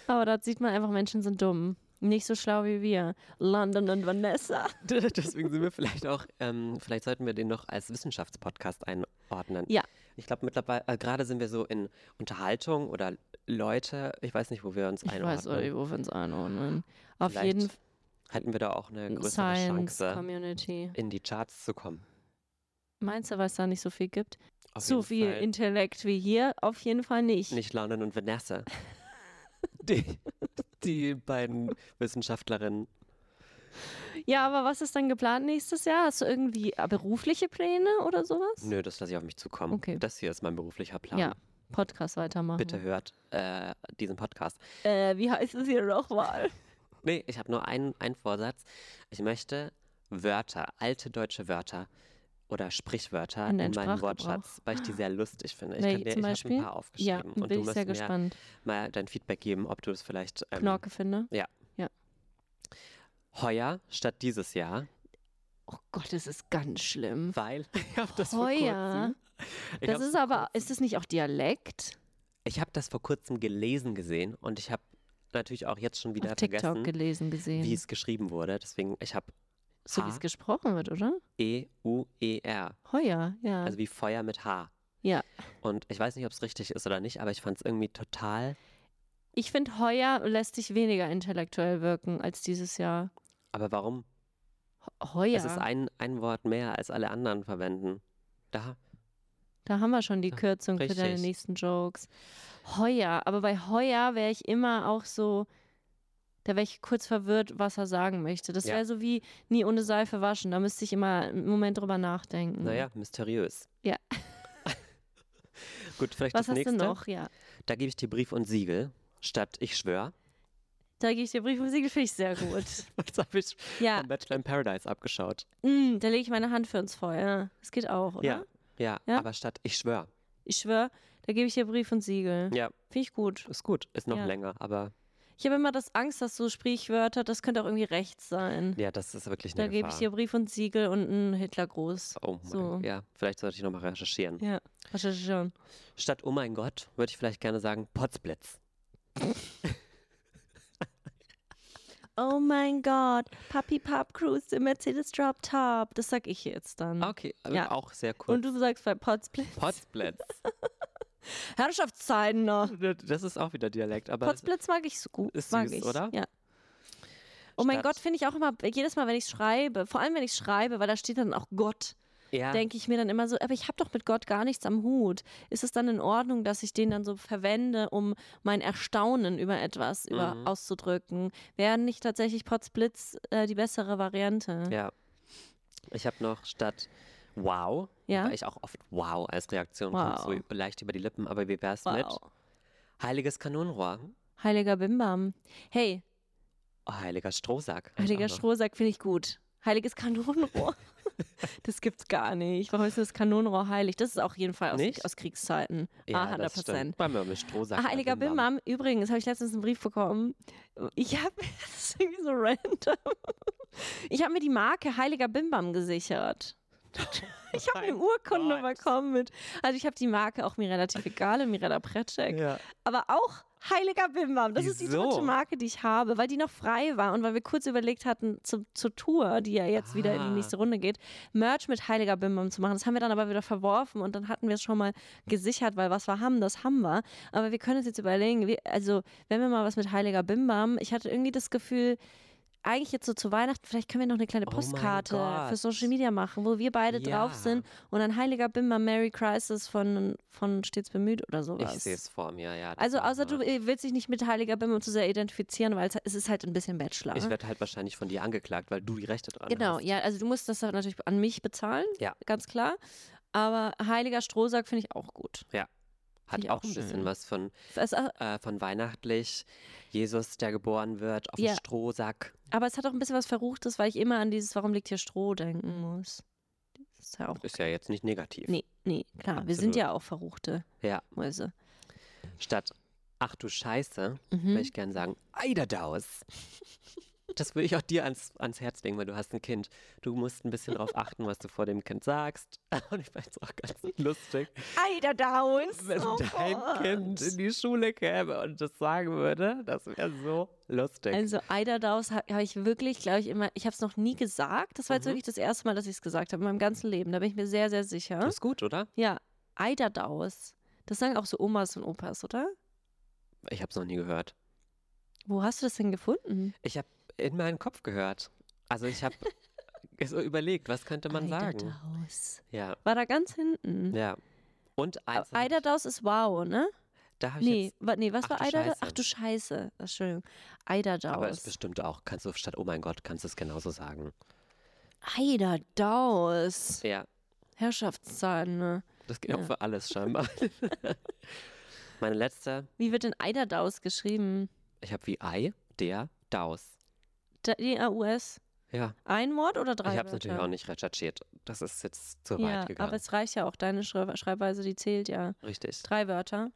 Aber dort sieht man einfach, Menschen sind dumm. Nicht so schlau wie wir. London und Vanessa. D- Deswegen sind wir vielleicht auch, ähm, vielleicht sollten wir den noch als Wissenschaftspodcast einordnen. Ja. Ich glaube, mittlerweile, äh, gerade sind wir so in Unterhaltung oder Leute, ich weiß nicht, wo wir uns Ich weiß auch einordnen. nicht, wo wir uns einordnen. Auf ne? Vielleicht jeden Hätten wir da auch eine Fall größere Science Chance, Community. in die Charts zu kommen. Meinst du, weil es da nicht so viel gibt? Auf so jeden viel Fall. Intellekt wie hier? Auf jeden Fall nicht. Nicht London und Vanessa. Die, die beiden Wissenschaftlerinnen. Ja, aber was ist dann geplant nächstes Jahr? Hast du irgendwie äh, berufliche Pläne oder sowas? Nö, das lasse ich auf mich zukommen. Okay. Das hier ist mein beruflicher Plan. Ja, Podcast weitermachen. Bitte hört äh, diesen Podcast. Äh, wie heißt es hier nochmal? Nee, ich habe nur einen, einen Vorsatz. Ich möchte Wörter, alte deutsche Wörter oder Sprichwörter In in, den meinem Sprachgebrauch. Wortschatz, weil ich die sehr lustig finde. Ich, Welche kann dir, zum ich habe Beispiel? ein paar Ja, aufgeschrieben und bin du ich musst sehr mir gespannt. mal dein Feedback geben, ob du das vielleicht ähm, Knorke finde. heuer statt dieses Jahr, Oh Gott, das ist ganz schlimm. weil ich habe das Heuer? vor kurzem, ich Das habe ist aber, ist das nicht auch Dialekt? Ich habe das vor kurzem gelesen gesehen und ich habe natürlich auch jetzt schon wieder Auf TikTok vergessen, gelesen, gesehen. wie es geschrieben wurde. Deswegen, ich E habe so wie es gesprochen wird, oder? E-U-E-R, Heuer, ja. also wie Feuer mit H. Ja. Und ich weiß nicht, ob es richtig ist oder nicht, aber ich fand es irgendwie total. ich finde, heuer lässt dich weniger intellektuell wirken als dieses Jahr. Aber warum? He- Heuer. Es ist ein, ein Wort mehr, als alle anderen verwenden. Da, Da haben wir schon die Kürzung für deine richtig. nächsten Jokes. Heuer, aber bei heuer wäre ich immer auch so, da wäre ich kurz verwirrt, was er sagen möchte. Das Ja. wäre so wie nie ohne Seife waschen. Da müsste ich immer einen Moment drüber nachdenken. naja, mysteriös. Mhm. Ja. Gut, vielleicht Was das hast nächste. du noch? Ja. Da gebe ich dir Brief und Siegel statt Ich schwör. Da gebe ich dir Brief und Siegel, finde ich sehr gut. Das habe ich Ja, vom Bachelor in Paradise abgeschaut. mm, da lege ich meine Hand für uns Feuer. Das geht auch, oder? Ja, ja, Ja? aber statt ich schwör. Ich schwöre, da gebe ich dir Brief und Siegel. Ja, Finde ich gut. ist gut, ist noch Ja. länger, aber Ich habe immer das Angst, dass so Sprichwörter, das könnte auch irgendwie rechts sein. ja, das ist wirklich eine da gebe Gefahr. ich dir Brief und Siegel und einen Hitlergruß. Oh mein, so. ja, vielleicht sollte ich nochmal recherchieren. Ja, wahrscheinlich schon. Statt oh mein Gott würde ich vielleicht gerne sagen Potzblitz. Oh mein Gott, Papi Pap Cruise im Mercedes Drop Top. Das sag ich jetzt dann. Okay, aber Mhm. Ja. auch sehr kurz. Und du sagst bei Potsblitz. Potzblitz. Herrschaftszeiten noch. das ist auch wieder Dialekt, aber das, Potsblitz mag ich so gut. ist mag süß, ich. oder? Ja. Oh mein Statt- Gott, finde ich auch immer, jedes Mal, wenn ich schreibe, vor allem wenn ich schreibe, weil da steht dann auch Gott, ja, denke ich mir dann immer so, aber ich habe doch mit Gott gar nichts am Hut. Ist es dann in Ordnung, dass ich den dann so verwende, um mein Erstaunen über etwas über, Mhm. auszudrücken? Wäre nicht tatsächlich Potsblitz äh, die bessere Variante? ja. Ich habe noch statt wow, Ja? weil ich auch oft wow als Reaktion kommt, so Wow. leicht über die Lippen, aber wie wär's Wow. mit heiliges Kanonenrohr, Heiliger Bimbam. Hey, oh, heiliger Strohsack. hab ich heiliger auch noch. Strohsack finde ich gut. Heiliges Kanonenrohr. das gibt's gar nicht. Warum ist das Kanonenrohr heilig? Das ist auch jeden Fall aus, Nicht? aus Kriegszeiten. ah, 100 das stimmt. Bei mir mit Strohsack. Ah, Heiliger Bimbam. Bimbam, übrigens habe ich letztens einen Brief bekommen. Ich habe, das ist irgendwie so random. Ich habe mir die Marke Heiliger Bimbam gesichert. Ich habe eine Mein Urkunde Gott. bekommen mit. Also ich habe die Marke auch mir relativ egal, Mirella Pretschek. Ja. Aber auch Heiliger Bimbam. Das ist die Wieso? dritte Marke, die ich habe, weil die noch frei war und weil wir kurz überlegt hatten, zu, zur Tour, die ja jetzt wieder in die Ah. nächste Runde geht, Merch mit Heiliger Bimbam zu machen. Das haben wir dann aber wieder verworfen und dann hatten wir es schon mal gesichert, weil was wir haben, das haben wir. Aber wir können uns jetzt überlegen, wie, also wenn wir mal was mit Heiliger Bimbam, ich hatte irgendwie das Gefühl, eigentlich jetzt so zu Weihnachten, vielleicht können wir noch eine kleine Oh mein Postkarte für Gott. Social Media machen, wo wir beide Ja. drauf sind und ein Heiliger Bimbam Merry Crisis von, von Stets bemüht oder sowas. Ich sehe es vor mir, ja. das Also machen außer du wir. äh, willst dich nicht mit Heiliger Bimbam zu sehr identifizieren, weil es- es ist halt ein bisschen Bachelor. Ich werde halt wahrscheinlich von dir angeklagt, weil du die Rechte dran genau, hast. ja, also du musst das dann natürlich an mich bezahlen, Ja. ganz klar. Aber Heiliger Strohsack finde ich auch gut. Hat ich auch auch ein bisschen schön. was von, Es, äh, von weihnachtlich. Jesus, der geboren wird, auf Ja. dem Strohsack. aber es hat auch ein bisschen was Verruchtes, weil ich immer an dieses Warum liegt hier Stroh denken muss. Das ist ja auch. Ist ja jetzt nicht negativ. Nee, nee, klar. Wir sind Absolut. ja auch verruchte Ja. Mäuse. Statt Ach du Scheiße, Mhm. würde ich gerne sagen Eiderdaus. das will ich auch dir ans, ans Herz legen, weil du hast ein Kind. Du musst ein bisschen drauf achten, was du vor dem Kind sagst. Und ich fand es auch ganz lustig, Eider Downs. wenn oh dein Gott. Kind in die Schule käme und das sagen würde. Das wäre so lustig. Also Eider Downs habe hab ich wirklich, glaube ich, immer, ich habe es noch nie gesagt. Das war jetzt Mhm. wirklich das erste Mal, dass ich es gesagt habe in meinem ganzen Leben. Da bin ich mir sehr, sehr sicher. das ist gut, oder? ja, Eider Downs. Das sagen auch so Omas und Opas, oder? Ich habe es noch nie gehört. Wo hast du das denn gefunden? Ich habe in meinen Kopf gehört. Also ich habe so überlegt, was könnte man sagen? Eiderdaus. Ja, War da ganz hinten. ja. Und eins, hab ich- Eiderdaus ist wow, ne? da habe ich Nee, jetzt, wa, nee, was Ach war du Eiderdaus? Scheiße. Ach du Scheiße. Entschuldigung. aber ist Eiderdaus. bestimmt auch, kannst du statt oh mein Gott, kannst du es genauso sagen. Eiderdaus. Ja, Herrschaftszahlen, ne? das geht auch Ja. für alles scheinbar. Meine letzte, Wie wird denn Eiderdaus geschrieben? ich habe wie Ei, der, Daus. Da- D-A-U-S. Ja, Ein Wort oder drei ich habe es Wörter? natürlich auch nicht recherchiert. Das ist jetzt zu Ja, weit gegangen. aber es reicht ja auch. Deine Schrei- Schreibweise, die zählt ja. Richtig. Drei Wörter.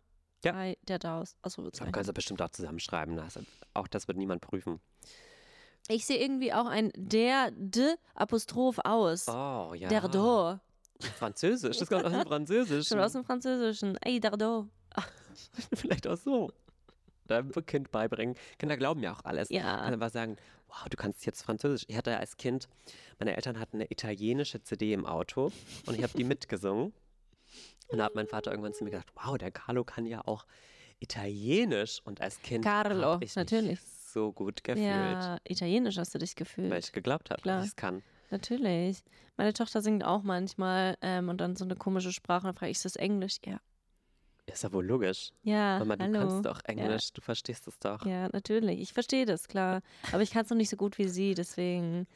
Ja. Ei, der Daus. Achso, Das kannst du bestimmt auch zusammenschreiben. Das, auch das wird niemand prüfen. Ich sehe irgendwie auch ein der, d, Apostroph aus. Oh, ja. Der Do. Französisch, das kommt aus dem Französischen. Schon aus dem Französischen. Ey, Dardo. Vielleicht auch so. Deinem Kind beibringen. Kinder glauben ja auch alles. Ja. Kann aber sagen, wow, du kannst jetzt Französisch. Ich hatte als Kind, meine Eltern hatten eine italienische CD im Auto und ich habe die mitgesungen. Und da hat mein Vater irgendwann zu mir gesagt, wow, der Carlo kann ja auch Italienisch. Und als Kind Carlo, habe ich natürlich. mich so gut gefühlt, Ja, italienisch hast du dich gefühlt. weil ich geglaubt habe, Klar. dass ich es kann. Natürlich. Meine Tochter singt auch manchmal ähm, und dann so eine komische Sprache. Dann frage ich, ist das Englisch? Ja. Ist ja wohl logisch. Ja, Mama, du hallo. kannst doch Englisch, du verstehst es doch. Ja, natürlich. Ich verstehe das, klar. Aber ich kann es noch nicht so gut wie sie, deswegen.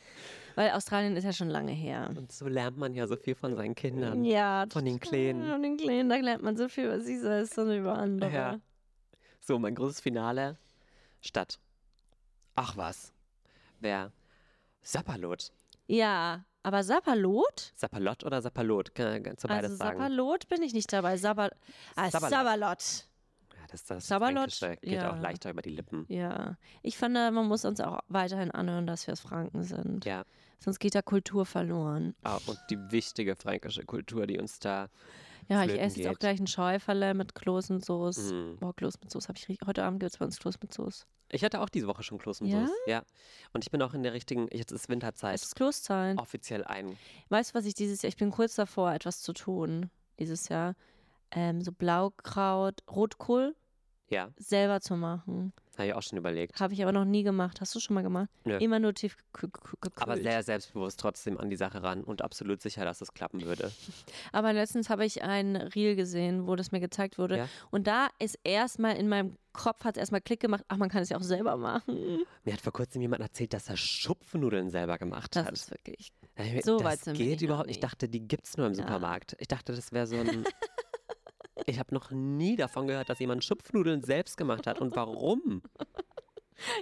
Weil Australien ist ja schon lange her. Und so lernt man ja so viel von seinen Kindern. Ja, Von den Kleinen. Von den Kleinen, da lernt man so viel über sich selbst und über andere. Ja. So, mein großes Finale. Stadt. Ach was. Wer? Sapperlot. ja aber Sapperlot? Sapperlot oder Sapperlot? Kann- Kannst du beides Also sagen? Sapperlot bin ich nicht dabei. Sabber ah, Sabberlot. Sabberlot. Ja, das, das Sapperlot, Fränkische geht ja. auch leichter über die Lippen. Ja, ich finde, man muss uns auch weiterhin anhören, dass wir aus Franken sind. Ja. Sonst geht da Kultur verloren. Ah, und die wichtige fränkische Kultur, die uns da. Ja, ich Flöten esse jetzt auch geht. gleich ein Schäuferle mit Kloß und Soße. Mm. Boah, Kloß mit Soße habe ich richtig. Heute Abend gibt es bei uns Kloß mit Soße. Ich hatte auch diese Woche schon Kloß und Ja? Soße. Ja. Und ich bin auch in der richtigen. Jetzt ist Winterzeit. Es ist Oh. Kloßzahlen. Offiziell ein. Weißt du, was ich dieses Jahr, ich bin kurz davor, etwas zu tun dieses Jahr. Ähm, so Blaukraut, Rotkohl Ja, selber zu machen. habe ich auch schon überlegt. Habe ich aber noch nie gemacht. Hast du schon mal gemacht? Nö. Immer nur tief gekü- gekü- gekühlt. Aber sehr selbstbewusst trotzdem an die Sache ran und absolut sicher, dass es klappen würde. Aber letztens habe ich ein Reel gesehen, wo das mir gezeigt wurde. Ja. Und da ist erstmal in meinem Kopf hat es erstmal Klick gemacht. Ach, man kann es ja auch selber machen. Mir hat vor kurzem jemand erzählt, dass er Schupfnudeln selber gemacht Das hat. ist wirklich. Da hab ich mir- So das weit sind wir geht eh noch überhaupt nicht. Ich nicht. dachte, die gibt's nur im Ja. Supermarkt. Ich dachte, das wäre so ein. ich habe noch nie davon gehört, dass jemand Schupfnudeln selbst gemacht hat. Und warum?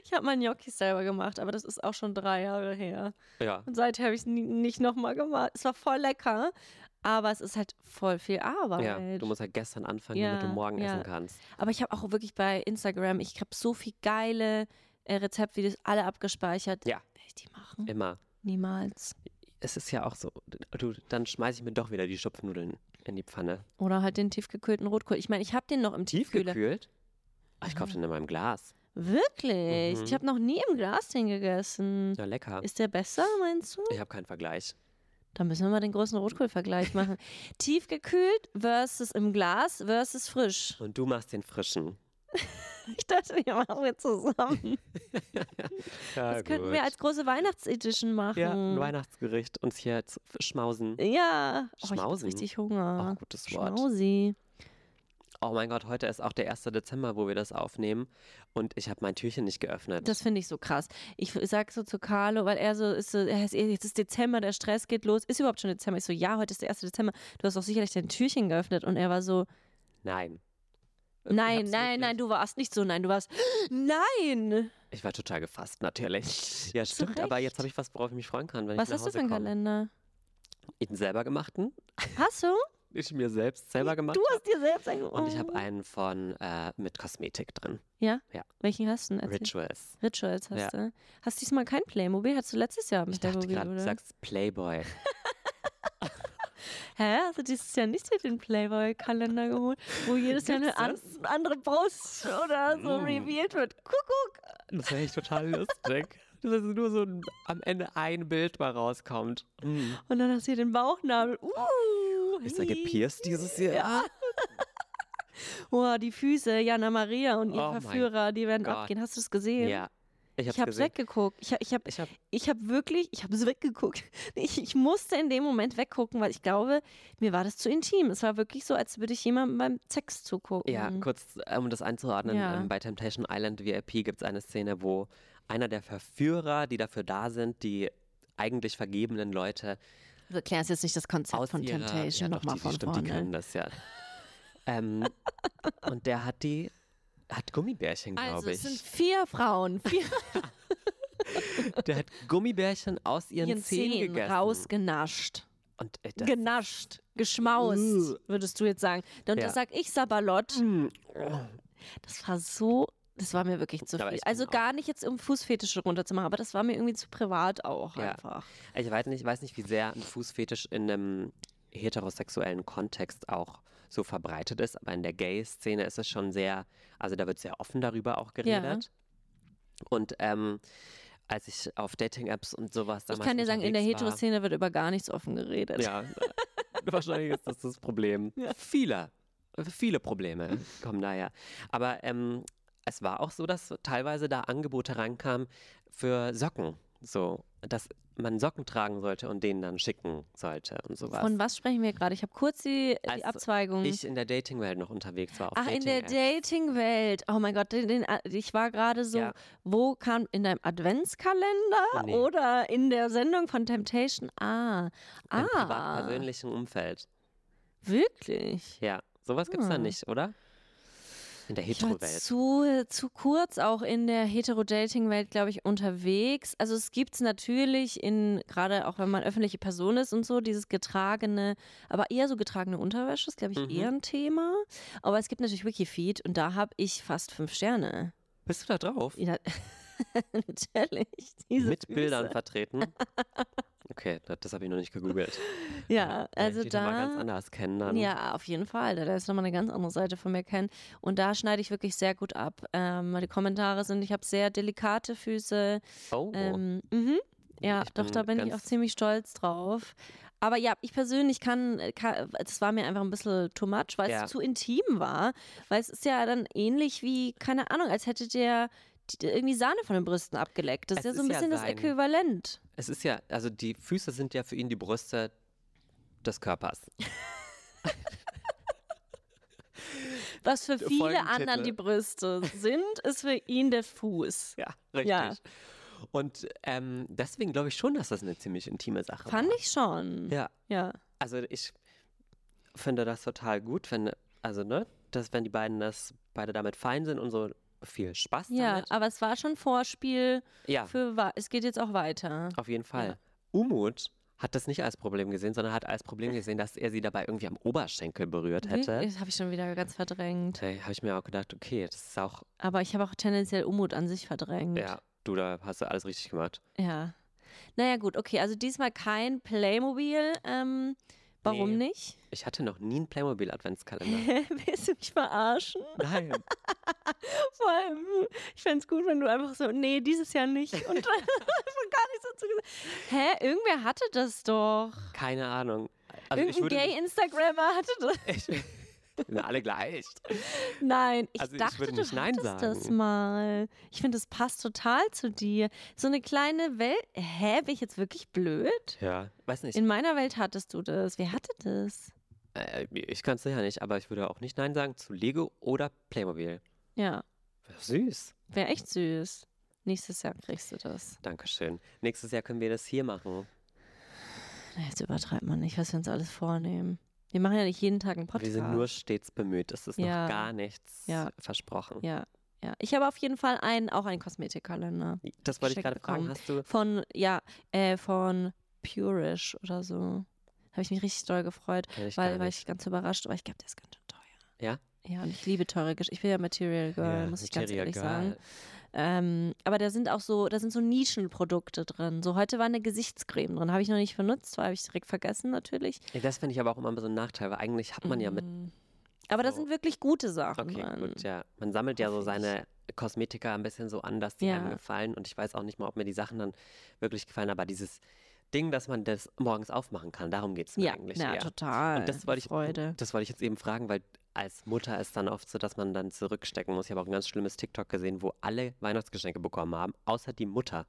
Ich habe meinen Gnocchi selber gemacht, aber das ist auch schon drei Jahre her. Ja. Und seither habe ich es nie- nicht nochmal gemacht. Es war voll lecker, aber es ist halt voll viel Arbeit. Ja, du musst halt gestern anfangen, damit du Ja, morgen ja. essen kannst. Aber ich habe auch wirklich bei Instagram, ich habe so viel geile äh, Rezeptvideos, alle abgespeichert. Ja. Will ich die machen? Immer. Niemals. Es ist ja auch so, du, dann schmeiße ich mir doch wieder die Schupfnudeln in die Pfanne. Oder halt den tiefgekühlten Rotkohl. Ich meine, ich habe den noch im Tiefkühler. Tiefgekühlt? Ah, ich kaufe den in meinem Glas. Wirklich? Mhm. Ich habe noch nie im Glas den gegessen. Ja, lecker. Ist der besser, meinst du? Ich habe keinen Vergleich. Da müssen wir mal den großen Rotkohlvergleich machen. Tiefgekühlt versus im Glas versus frisch. Und du machst den frischen. Ich dachte, wir machen wir zusammen. Ja, Das könnten wir als große Weihnachtsedition machen. ja, ein Weihnachtsgericht. Uns hier jetzt schmausen. Ja. Oh, ich hab Schmausen. richtig Hunger. Auch gutes Wort. Schmausi. Oh mein Gott, heute ist auch der 1. Dezember, wo wir das aufnehmen. Und ich habe mein Türchen nicht geöffnet. Das finde ich so krass. Ich sag so zu Carlo, weil er so ist, so, er ist eh- jetzt ist Dezember, der Stress geht los. Ist überhaupt schon Dezember? Ich so, ja, heute ist der 1. Dezember. Du hast doch sicherlich dein Türchen geöffnet. Und er war so, Nein. nein, hab's nein, wirklich- nein, du warst nicht so, nein, du warst, nein. Ich war total gefasst, natürlich. Ja, stimmt, aber Recht. jetzt habe ich was, worauf ich mich freuen kann, wenn Was ich nach hast du Hause für einen komme. Kalender? Einen selber gemachten? Hast du? ich mir selbst selber gemacht Du hast dir selbst ein Oh. habe. Und ich habe einen von äh, mit Kosmetik drin. Ja? Ja. Welchen hast du denn? Erzähl. Rituals. Rituals hast Ja. du. Hast diesmal kein Playmobil? Hattest du letztes Jahr mit Ich dachte Playmobil, gerade, du oder? sagst Playboy. Hä? Also, Hast du dieses Jahr nicht den Playboy-Kalender geholt, wo jedes Jahr eine an, Gibt's andere Brust oder so Mm. revealed wird? Kuckuck! Das wäre echt total lustig. Dass also nur so ein, am Ende ein Bild mal rauskommt. Mm. Und dann hast du hier den Bauchnabel. Uh, Ist er hi. gepierst dieses Jahr? Ja. Oh, die Füße, Jana Maria und ihr Oh mein Verführer, die werden Gott. abgehen. Hast du das gesehen? Ja. Ich hab's Ich habe gesehen. weggeguckt. Ich, ha- ich habe Ich hab, ich hab wirklich, ich habe es weggeguckt. Ich, ich musste in dem Moment weggucken, weil ich glaube, mir war das zu intim. Es war wirklich so, als würde ich jemandem beim Sex zugucken. ja, kurz, äh, um das einzuordnen, Ja. ähm, bei Temptation Island VIP gibt es eine Szene, wo einer der Verführer, die dafür da sind, die eigentlich vergebenen Leute Du erklärst jetzt nicht das Konzept aus von ihrer, Temptation ja, doch, nochmal die, die, von stimmt, die vorne. können das ja. ähm, und der hat die, hat Gummibärchen, glaube Also, ich. es sind vier Frauen, vier Der hat Gummibärchen aus ihren, ihren Zähnen Zehen gegessen. rausgenascht. Und äh, das, Genascht, geschmaust, Ugh. würdest du jetzt sagen. Und Ja. das sag ich Sabalott. Mm, oh. Das war so, das war mir wirklich zu Aber viel. ich genau. bin Also auch- gar nicht jetzt, um Fußfetische runterzumachen, aber das war mir irgendwie zu privat auch Ja. einfach. Ich weiß nicht, weiß nicht, wie sehr ein Fußfetisch in einem heterosexuellen Kontext auch so verbreitet ist, aber in der Gay-Szene ist es schon sehr, also da wird sehr offen darüber auch geredet. Und ähm, als ich auf Dating-Apps und sowas Ich damals kann dir sagen, in der unterwegs war- Heteroszene wird über gar nichts offen geredet. Ja, wahrscheinlich ist das das Problem. Vieler, viele Probleme kommen daher. Aber ähm, es war auch so, dass teilweise da Angebote rankamen für Socken. So, dass man Socken tragen sollte und denen dann schicken sollte und sowas. Von was sprechen wir gerade? Ich habe kurz die, die Als Abzweigung. Also, ich in der Dating-Welt noch unterwegs war. Auf Ach, in der Dating-Apps. Dating-Welt. Oh mein Gott, den, den, ich war gerade so, Ja. wo kam in deinem Adventskalender Nee. oder in der Sendung von Temptation? Ah, Im ah, privatpersönlichen Umfeld. wirklich. Ja, sowas gibt es da Hm. nicht, oder? In der Ich war Hetero-Welt. zu, zu kurz auch in der Hetero-Dating-Welt, glaube ich, unterwegs. Also es gibt es natürlich in, gerade auch wenn man öffentliche Person ist und so, dieses getragene, aber eher so getragene Unterwäsche ist, glaube ich, Mhm. eher ein Thema. Aber es gibt natürlich Wikifeed und da habe ich fast fünf Sterne. Bist du da drauf? Ja, natürlich. Diese Mit Füße. Bildern vertreten? Okay, das, das habe ich noch nicht gegoogelt. Ja, also ich Äh, die noch mal ganz da. anders kennen dann. Ja, auf jeden Fall. Da da ist nochmal eine ganz andere Seite von mir kennen. Und da schneide ich wirklich sehr gut ab. Ähm, die Kommentare sind, ich habe sehr delikate Füße. Oh, Ähm, mhm. Ja, Ich doch, da bin bin ich auch ganz- ziemlich stolz drauf. Aber ja, ich persönlich kann, kann das war mir einfach ein bisschen too much, weil Ja. es zu intim war. Weil es ist ja dann ähnlich wie, keine Ahnung, als hätte der die- irgendwie Sahne von den Brüsten abgeleckt. Das Es ist ja so ein ist ja bisschen das sein- Äquivalent. es ist ja, also die Füße sind ja für ihn die Brüste des Körpers. Was für Der viele Folgentitel. anderen die Brüste sind, ist für ihn der Fuß. ne? Ja, richtig. Ja. Und ähm, deswegen glaube ich schon, dass das eine ziemlich intime Sache Fand war. ich schon. Ja, ja. also ich finde das total gut, wenn, also ne, dass wenn die beiden das beide damit fein sind und so viel Spaß Ja, damit. aber es war schon Vorspiel Ja, für, wa- es geht jetzt auch weiter. auf jeden Fall. Ja. Umut hat das nicht als Problem gesehen, sondern hat als Problem gesehen, dass er sie dabei irgendwie am Oberschenkel berührt hätte. Das habe ich schon wieder ganz verdrängt. Da habe ich mir auch gedacht, okay, das ist auch, Aber ich habe auch tendenziell Unmut an sich verdrängt. ja, du, da hast du alles richtig gemacht. ja. Naja, gut, okay. Also diesmal kein Playmobil. Ähm, warum Nee. nicht? Ich hatte noch nie einen Playmobil-Adventskalender. Willst du mich verarschen? Nein. Vor allem, ich fände es gut, wenn du einfach so, nee, dieses Jahr nicht. Und dann einfach gar nicht so zu gesagt. Hä, irgendwer hatte das doch. Keine Ahnung. Also ich Irgendein würde Gay-Instagrammer hatte das. nicht, ich, sind alle gleich. Nein, ich Also ich dachte, würde du nicht Nein hattest das sagen. mal. Ich finde, das passt total zu dir. So eine kleine Welt. Hä, bin ich jetzt wirklich blöd? Ja. Weiß nicht. In meiner Welt hattest du das. Wer hatte das? Äh, ich kann es ja nicht, aber ich würde auch nicht Nein sagen zu Lego oder Playmobil. Ja, Süß. wäre echt süß. Nächstes Jahr kriegst du das. Dankeschön. Nächstes Jahr können wir das hier machen. Na, jetzt übertreibt man nicht, was wir uns alles vornehmen. Wir machen ja nicht jeden Tag einen Podcast. Wir sind nur stets bemüht. Es ist Ja. noch gar nichts Ja. versprochen. ja, ja. Ich habe auf jeden Fall einen, auch einen Kosmetikkalender. Das wollte ich Geschenk gerade fragen. bekommen. Hast du Von, ja, äh, von Purish oder so. Habe ich mich richtig doll gefreut, Kenn ich weil gar war nicht. ich ganz überrascht, weil ich glaube, der ist ganz schön teuer. Ja? Ja, und ich liebe teure Geschichten. Ich bin ja Material Girl, Ja, muss ich Material ganz ehrlich sagen. Girl. Ähm, aber da sind auch so, da sind so Nischenprodukte drin. So heute war eine Gesichtscreme drin, habe ich noch nicht benutzt, habe ich direkt vergessen natürlich. Ja, Das finde ich aber auch immer so ein Nachteil, weil eigentlich hat man ja mit. Mm. Aber da so- sind wirklich gute Sachen Okay, drin. gut, ja. Man sammelt ja so Hoffe ich. seine Kosmetika ein bisschen so an, dass die einem Ja. gefallen. Und ich weiß auch nicht mal, ob mir die Sachen dann wirklich gefallen, aber dieses Ding, dass man das morgens aufmachen kann, darum geht es mir Ja, eigentlich. na, eher. total. Und das wollte ich, Freude. das wollte ich jetzt eben fragen, weil als Mutter ist dann oft so, dass man dann zurückstecken muss. Ich habe auch ein ganz schlimmes TikTok gesehen, wo alle Weihnachtsgeschenke bekommen haben, außer die Mutter.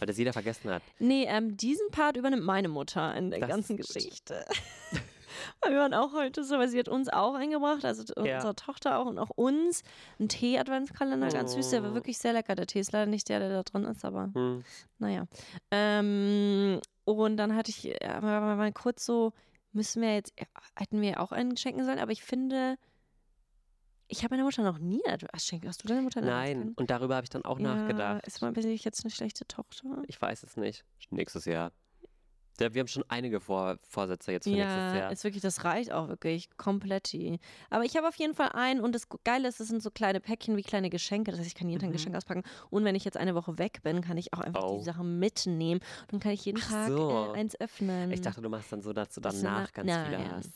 Weil das jeder vergessen hat. Nee, ähm, diesen Part übernimmt meine Mutter in der Das ganzen ist gut. Geschichte. Weil wir waren auch heute so, weil sie hat uns auch eingebracht, also t- Ja. unsere Tochter auch und auch uns, einen Tee-Adventskalender, ganz süß, der war Oh. wirklich sehr lecker. Der Tee ist leider nicht der, der da drin ist, aber Hm. naja. Ähm, und dann hatte ich, ja, mal, mal, mal kurz so, müssen wir jetzt, ja, hätten wir auch einen schenken sollen, aber ich finde, ich habe meiner Mutter noch nie einen Adventskalender. Hast du deiner Mutter einen Nein, und darüber habe ich dann auch Adventskalender? Ja, nachgedacht. ist mal, bin ich jetzt eine schlechte Tochter? Ich weiß es nicht. Nächstes Jahr. Ja, wir haben schon einige Vor Vorsätze jetzt für nächstes Ja, Jahr. ist wirklich, das reicht auch wirklich. Kompletti. Aber ich habe auf jeden Fall einen und das Geile ist, das sind so kleine Päckchen wie kleine Geschenke. Das heißt, ich kann jeden Tag ein Mhm. Geschenk auspacken. Und wenn ich jetzt eine Woche weg bin, kann ich auch einfach Oh. die Sachen mitnehmen. Dann kann ich jeden Ach Tag so. äh, eins öffnen. Ich dachte, du machst dann so, dass du Bisschen danach nach- ganz Nein. viele hast.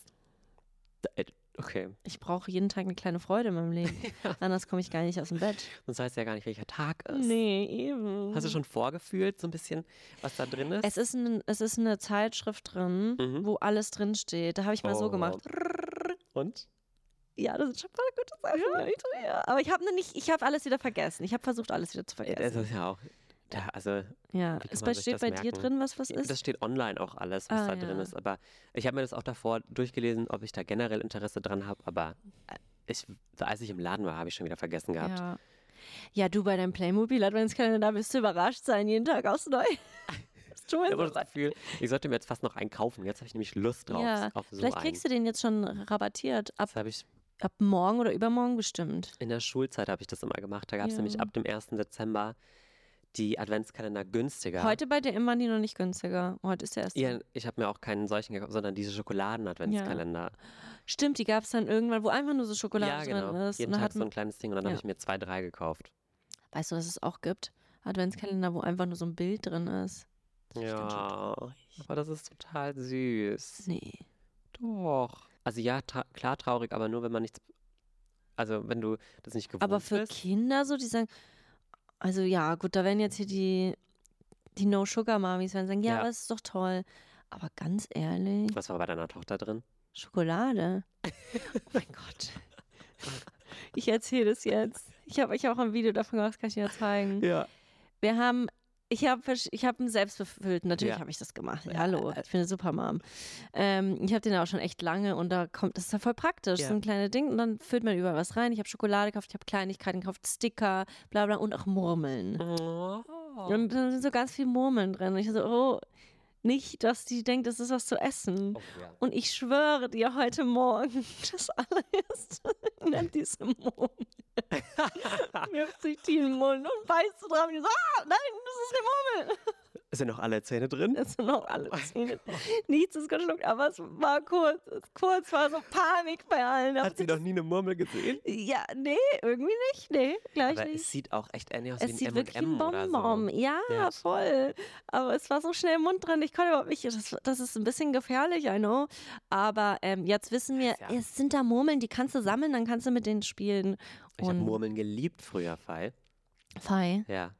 Da- äh, Okay, Ich brauche jeden Tag eine kleine Freude in meinem Leben. Anders komme ich gar nicht aus dem Bett. sonst weißt du ja gar nicht, welcher Tag ist. Nee, eben. Hast du schon vorgefühlt, so ein bisschen, was da drin ist? Es ist, ein, es ist eine Zeitschrift drin, Mhm. wo alles drin steht. Da habe ich mal so Oh. gemacht. Und? Ja, das sind schon ein paar gute Sachen. Leute, Ja. Aber ich habe noch nicht, ich habe alles wieder vergessen. Ich habe versucht, alles wieder zu Ja, Das vergessen. ist ja auch. Da, also, Ja, wie kann es man sich steht das bei dir merken? drin, was was ist? das steht online auch alles, was Ah, da drin ja. ist. Aber ich habe mir das auch davor durchgelesen, ob ich da generell Interesse dran habe. Aber äh, ich, als ich im Laden war, habe ich schon wieder vergessen gehabt. ja. ja, du bei deinem Playmobil Adventskalender, da wirst du überrascht sein, jeden Tag aufs Neue. Das tun Ich wir habe so. das Gefühl, ich sollte mir jetzt fast noch einen kaufen. Jetzt habe ich nämlich Lust drauf. Ja, auf so Vielleicht einen. kriegst du den jetzt schon rabattiert. Ab, Das habe ich ab morgen oder übermorgen bestimmt. in der Schulzeit habe ich das immer gemacht. Da gab es Ja. nämlich ab dem 1. Dezember die Adventskalender günstiger. Heute bei DM waren die noch nicht günstiger. Heute ist der erste. Ja, ich habe mir auch keinen solchen gekauft, sondern diese Schokoladen-Adventskalender. Stimmt, die gab es dann irgendwann, wo einfach nur so Ja, Schokolade genau. drin ist. Jeden und dann Tag hat so ein kleines Ding und dann Ja. habe ich mir zwei, drei gekauft. man- weißt du, was es auch gibt? Adventskalender, wo einfach nur so ein Bild drin ist. Das ist ganz schön Ja, aber das ist total süß. Nee. Doch. Also ja, tra klar traurig, aber nur wenn man nichts, also wenn du das nicht gewohnt Aber für bist. Kinder so, die sagen, also ja, gut, da werden jetzt hier die, die No-Sugar-Mamis werden sagen, ja, Ja. aber es ist doch toll. Aber ganz ehrlich, Was war bei deiner Tochter drin? Schokolade. Oh mein Gott. Ich erzähle es jetzt. Ich habe euch auch ein Video davon gemacht, das kann ich dir zeigen. Ja. Wir haben, ich habe versch- ich hab einen selbstbefüllten, natürlich Ja. äh, habe ich das gemacht. Ja, hallo, ich bin eine Supermom. Ähm, ich habe den auch schon echt lange und da kommt, das ist ja voll praktisch, Ja. so ein kleines Ding und dann füllt man überall was rein. Ich habe Schokolade gekauft, ich habe Kleinigkeiten gekauft, Sticker, bla bla und auch Murmeln. Oh. Und dann sind so ganz viele Murmeln drin und ich so, oh, nicht, dass die denkt, das ist was zu essen. Oh, ja. Und ich schwöre dir heute Morgen, das allererste nimmt diese Murmel. Wirft sich die in den Mund und beißt so drauf. Und die so, ah, nein, das ist eine Murmel. Sind noch alle Zähne drin? Es sind auch alle Oh Zähne. Nichts ist geschluckt, aber es war kurz. Es- Kurz war so Panik bei allen. Hat sie noch nie eine Murmel gesehen? ja, nee, irgendwie nicht. Nee, gleich Aber nicht. es sieht auch echt ähnlich aus Es wie sieht ein wirklich ein M&M oder Bonbon. so. Ja, Ja. voll. Aber es war so schnell im Mund drin. Ich konnte überhaupt nicht. Das, das ist ein bisschen gefährlich, I know. Aber ähm, jetzt wissen wir, Ja. es sind da Murmeln, die kannst du sammeln, dann kannst du mit denen spielen. Ich habe Und- Murmeln geliebt früher, Fall. Fei. Ja.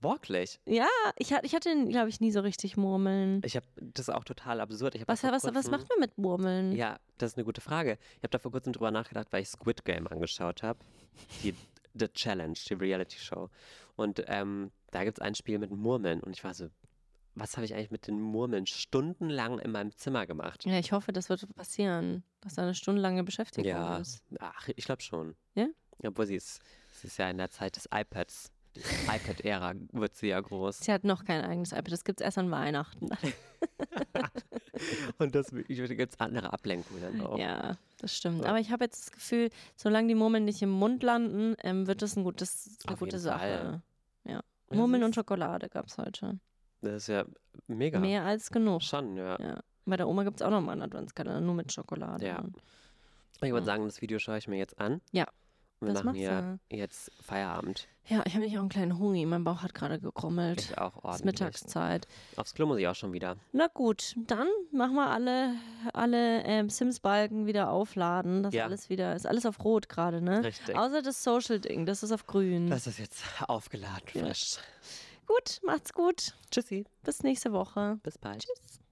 Wirklich. Ja, ich, hat- ich hatte, glaube ich, nie so richtig Murmeln. Ich habe das ist auch total absurd. Ich hab Was, da vor was, was kurzem- macht man mit Murmeln? Ja, das ist eine gute Frage. Ich habe da vor kurzem drüber nachgedacht, weil ich Squid Game angeschaut habe. Die The Challenge, die Reality Show. Und ähm, da gibt es ein Spiel mit Murmeln. Und ich war so, was habe ich eigentlich mit den Murmeln stundenlang in meinem Zimmer gemacht? Ja, ich hoffe, das wird passieren, dass da eine stundenlange Beschäftigung Ja, ist. ach, ich glaube schon. Ja? Obwohl sie ist, sie ist ja in der Zeit des iPads. Die iPad-Ära wird sie ja groß. Sie hat noch kein eigenes iPad, das gibt es erst an Weihnachten. Und das gibt es andere Ablenkungen dann auch. Ja, das stimmt. Oh. Ja. Aber ich habe jetzt das Gefühl, solange die Murmeln nicht im Mund landen, ähm, wird das ein gutes, eine Auf gute jeden Sache. Fall. Murmeln und siehst. Schokolade gab es heute. Das ist ja mega. Mehr als genug. Schon, ja. Ja. bei der Oma gibt es auch nochmal einen Adventskalender, nur mit Schokolade. Ja. Und- Ich würde Ja. sagen, das Video schaue ich mir jetzt an. Ja, Und wir das machen machst hier jetzt Feierabend. Ja, ich habe nämlich auch einen kleinen Hungi. Mein Bauch hat gerade gekrummelt. Ich auch Es ist ordentlich. Mittagszeit. Aufs Klo muss ich auch schon wieder. Na gut, dann machen wir alle, alle ähm, Sims-Balken wieder aufladen. Das Ja. alles wieder, ist alles auf Rot gerade, ne? Richtig. Außer das Social-Ding, das ist auf Grün. Das ist jetzt aufgeladen, Mhm. Ja. frisch. gut, macht's gut. Tschüssi, Bis nächste Woche. bis bald. Tschüss.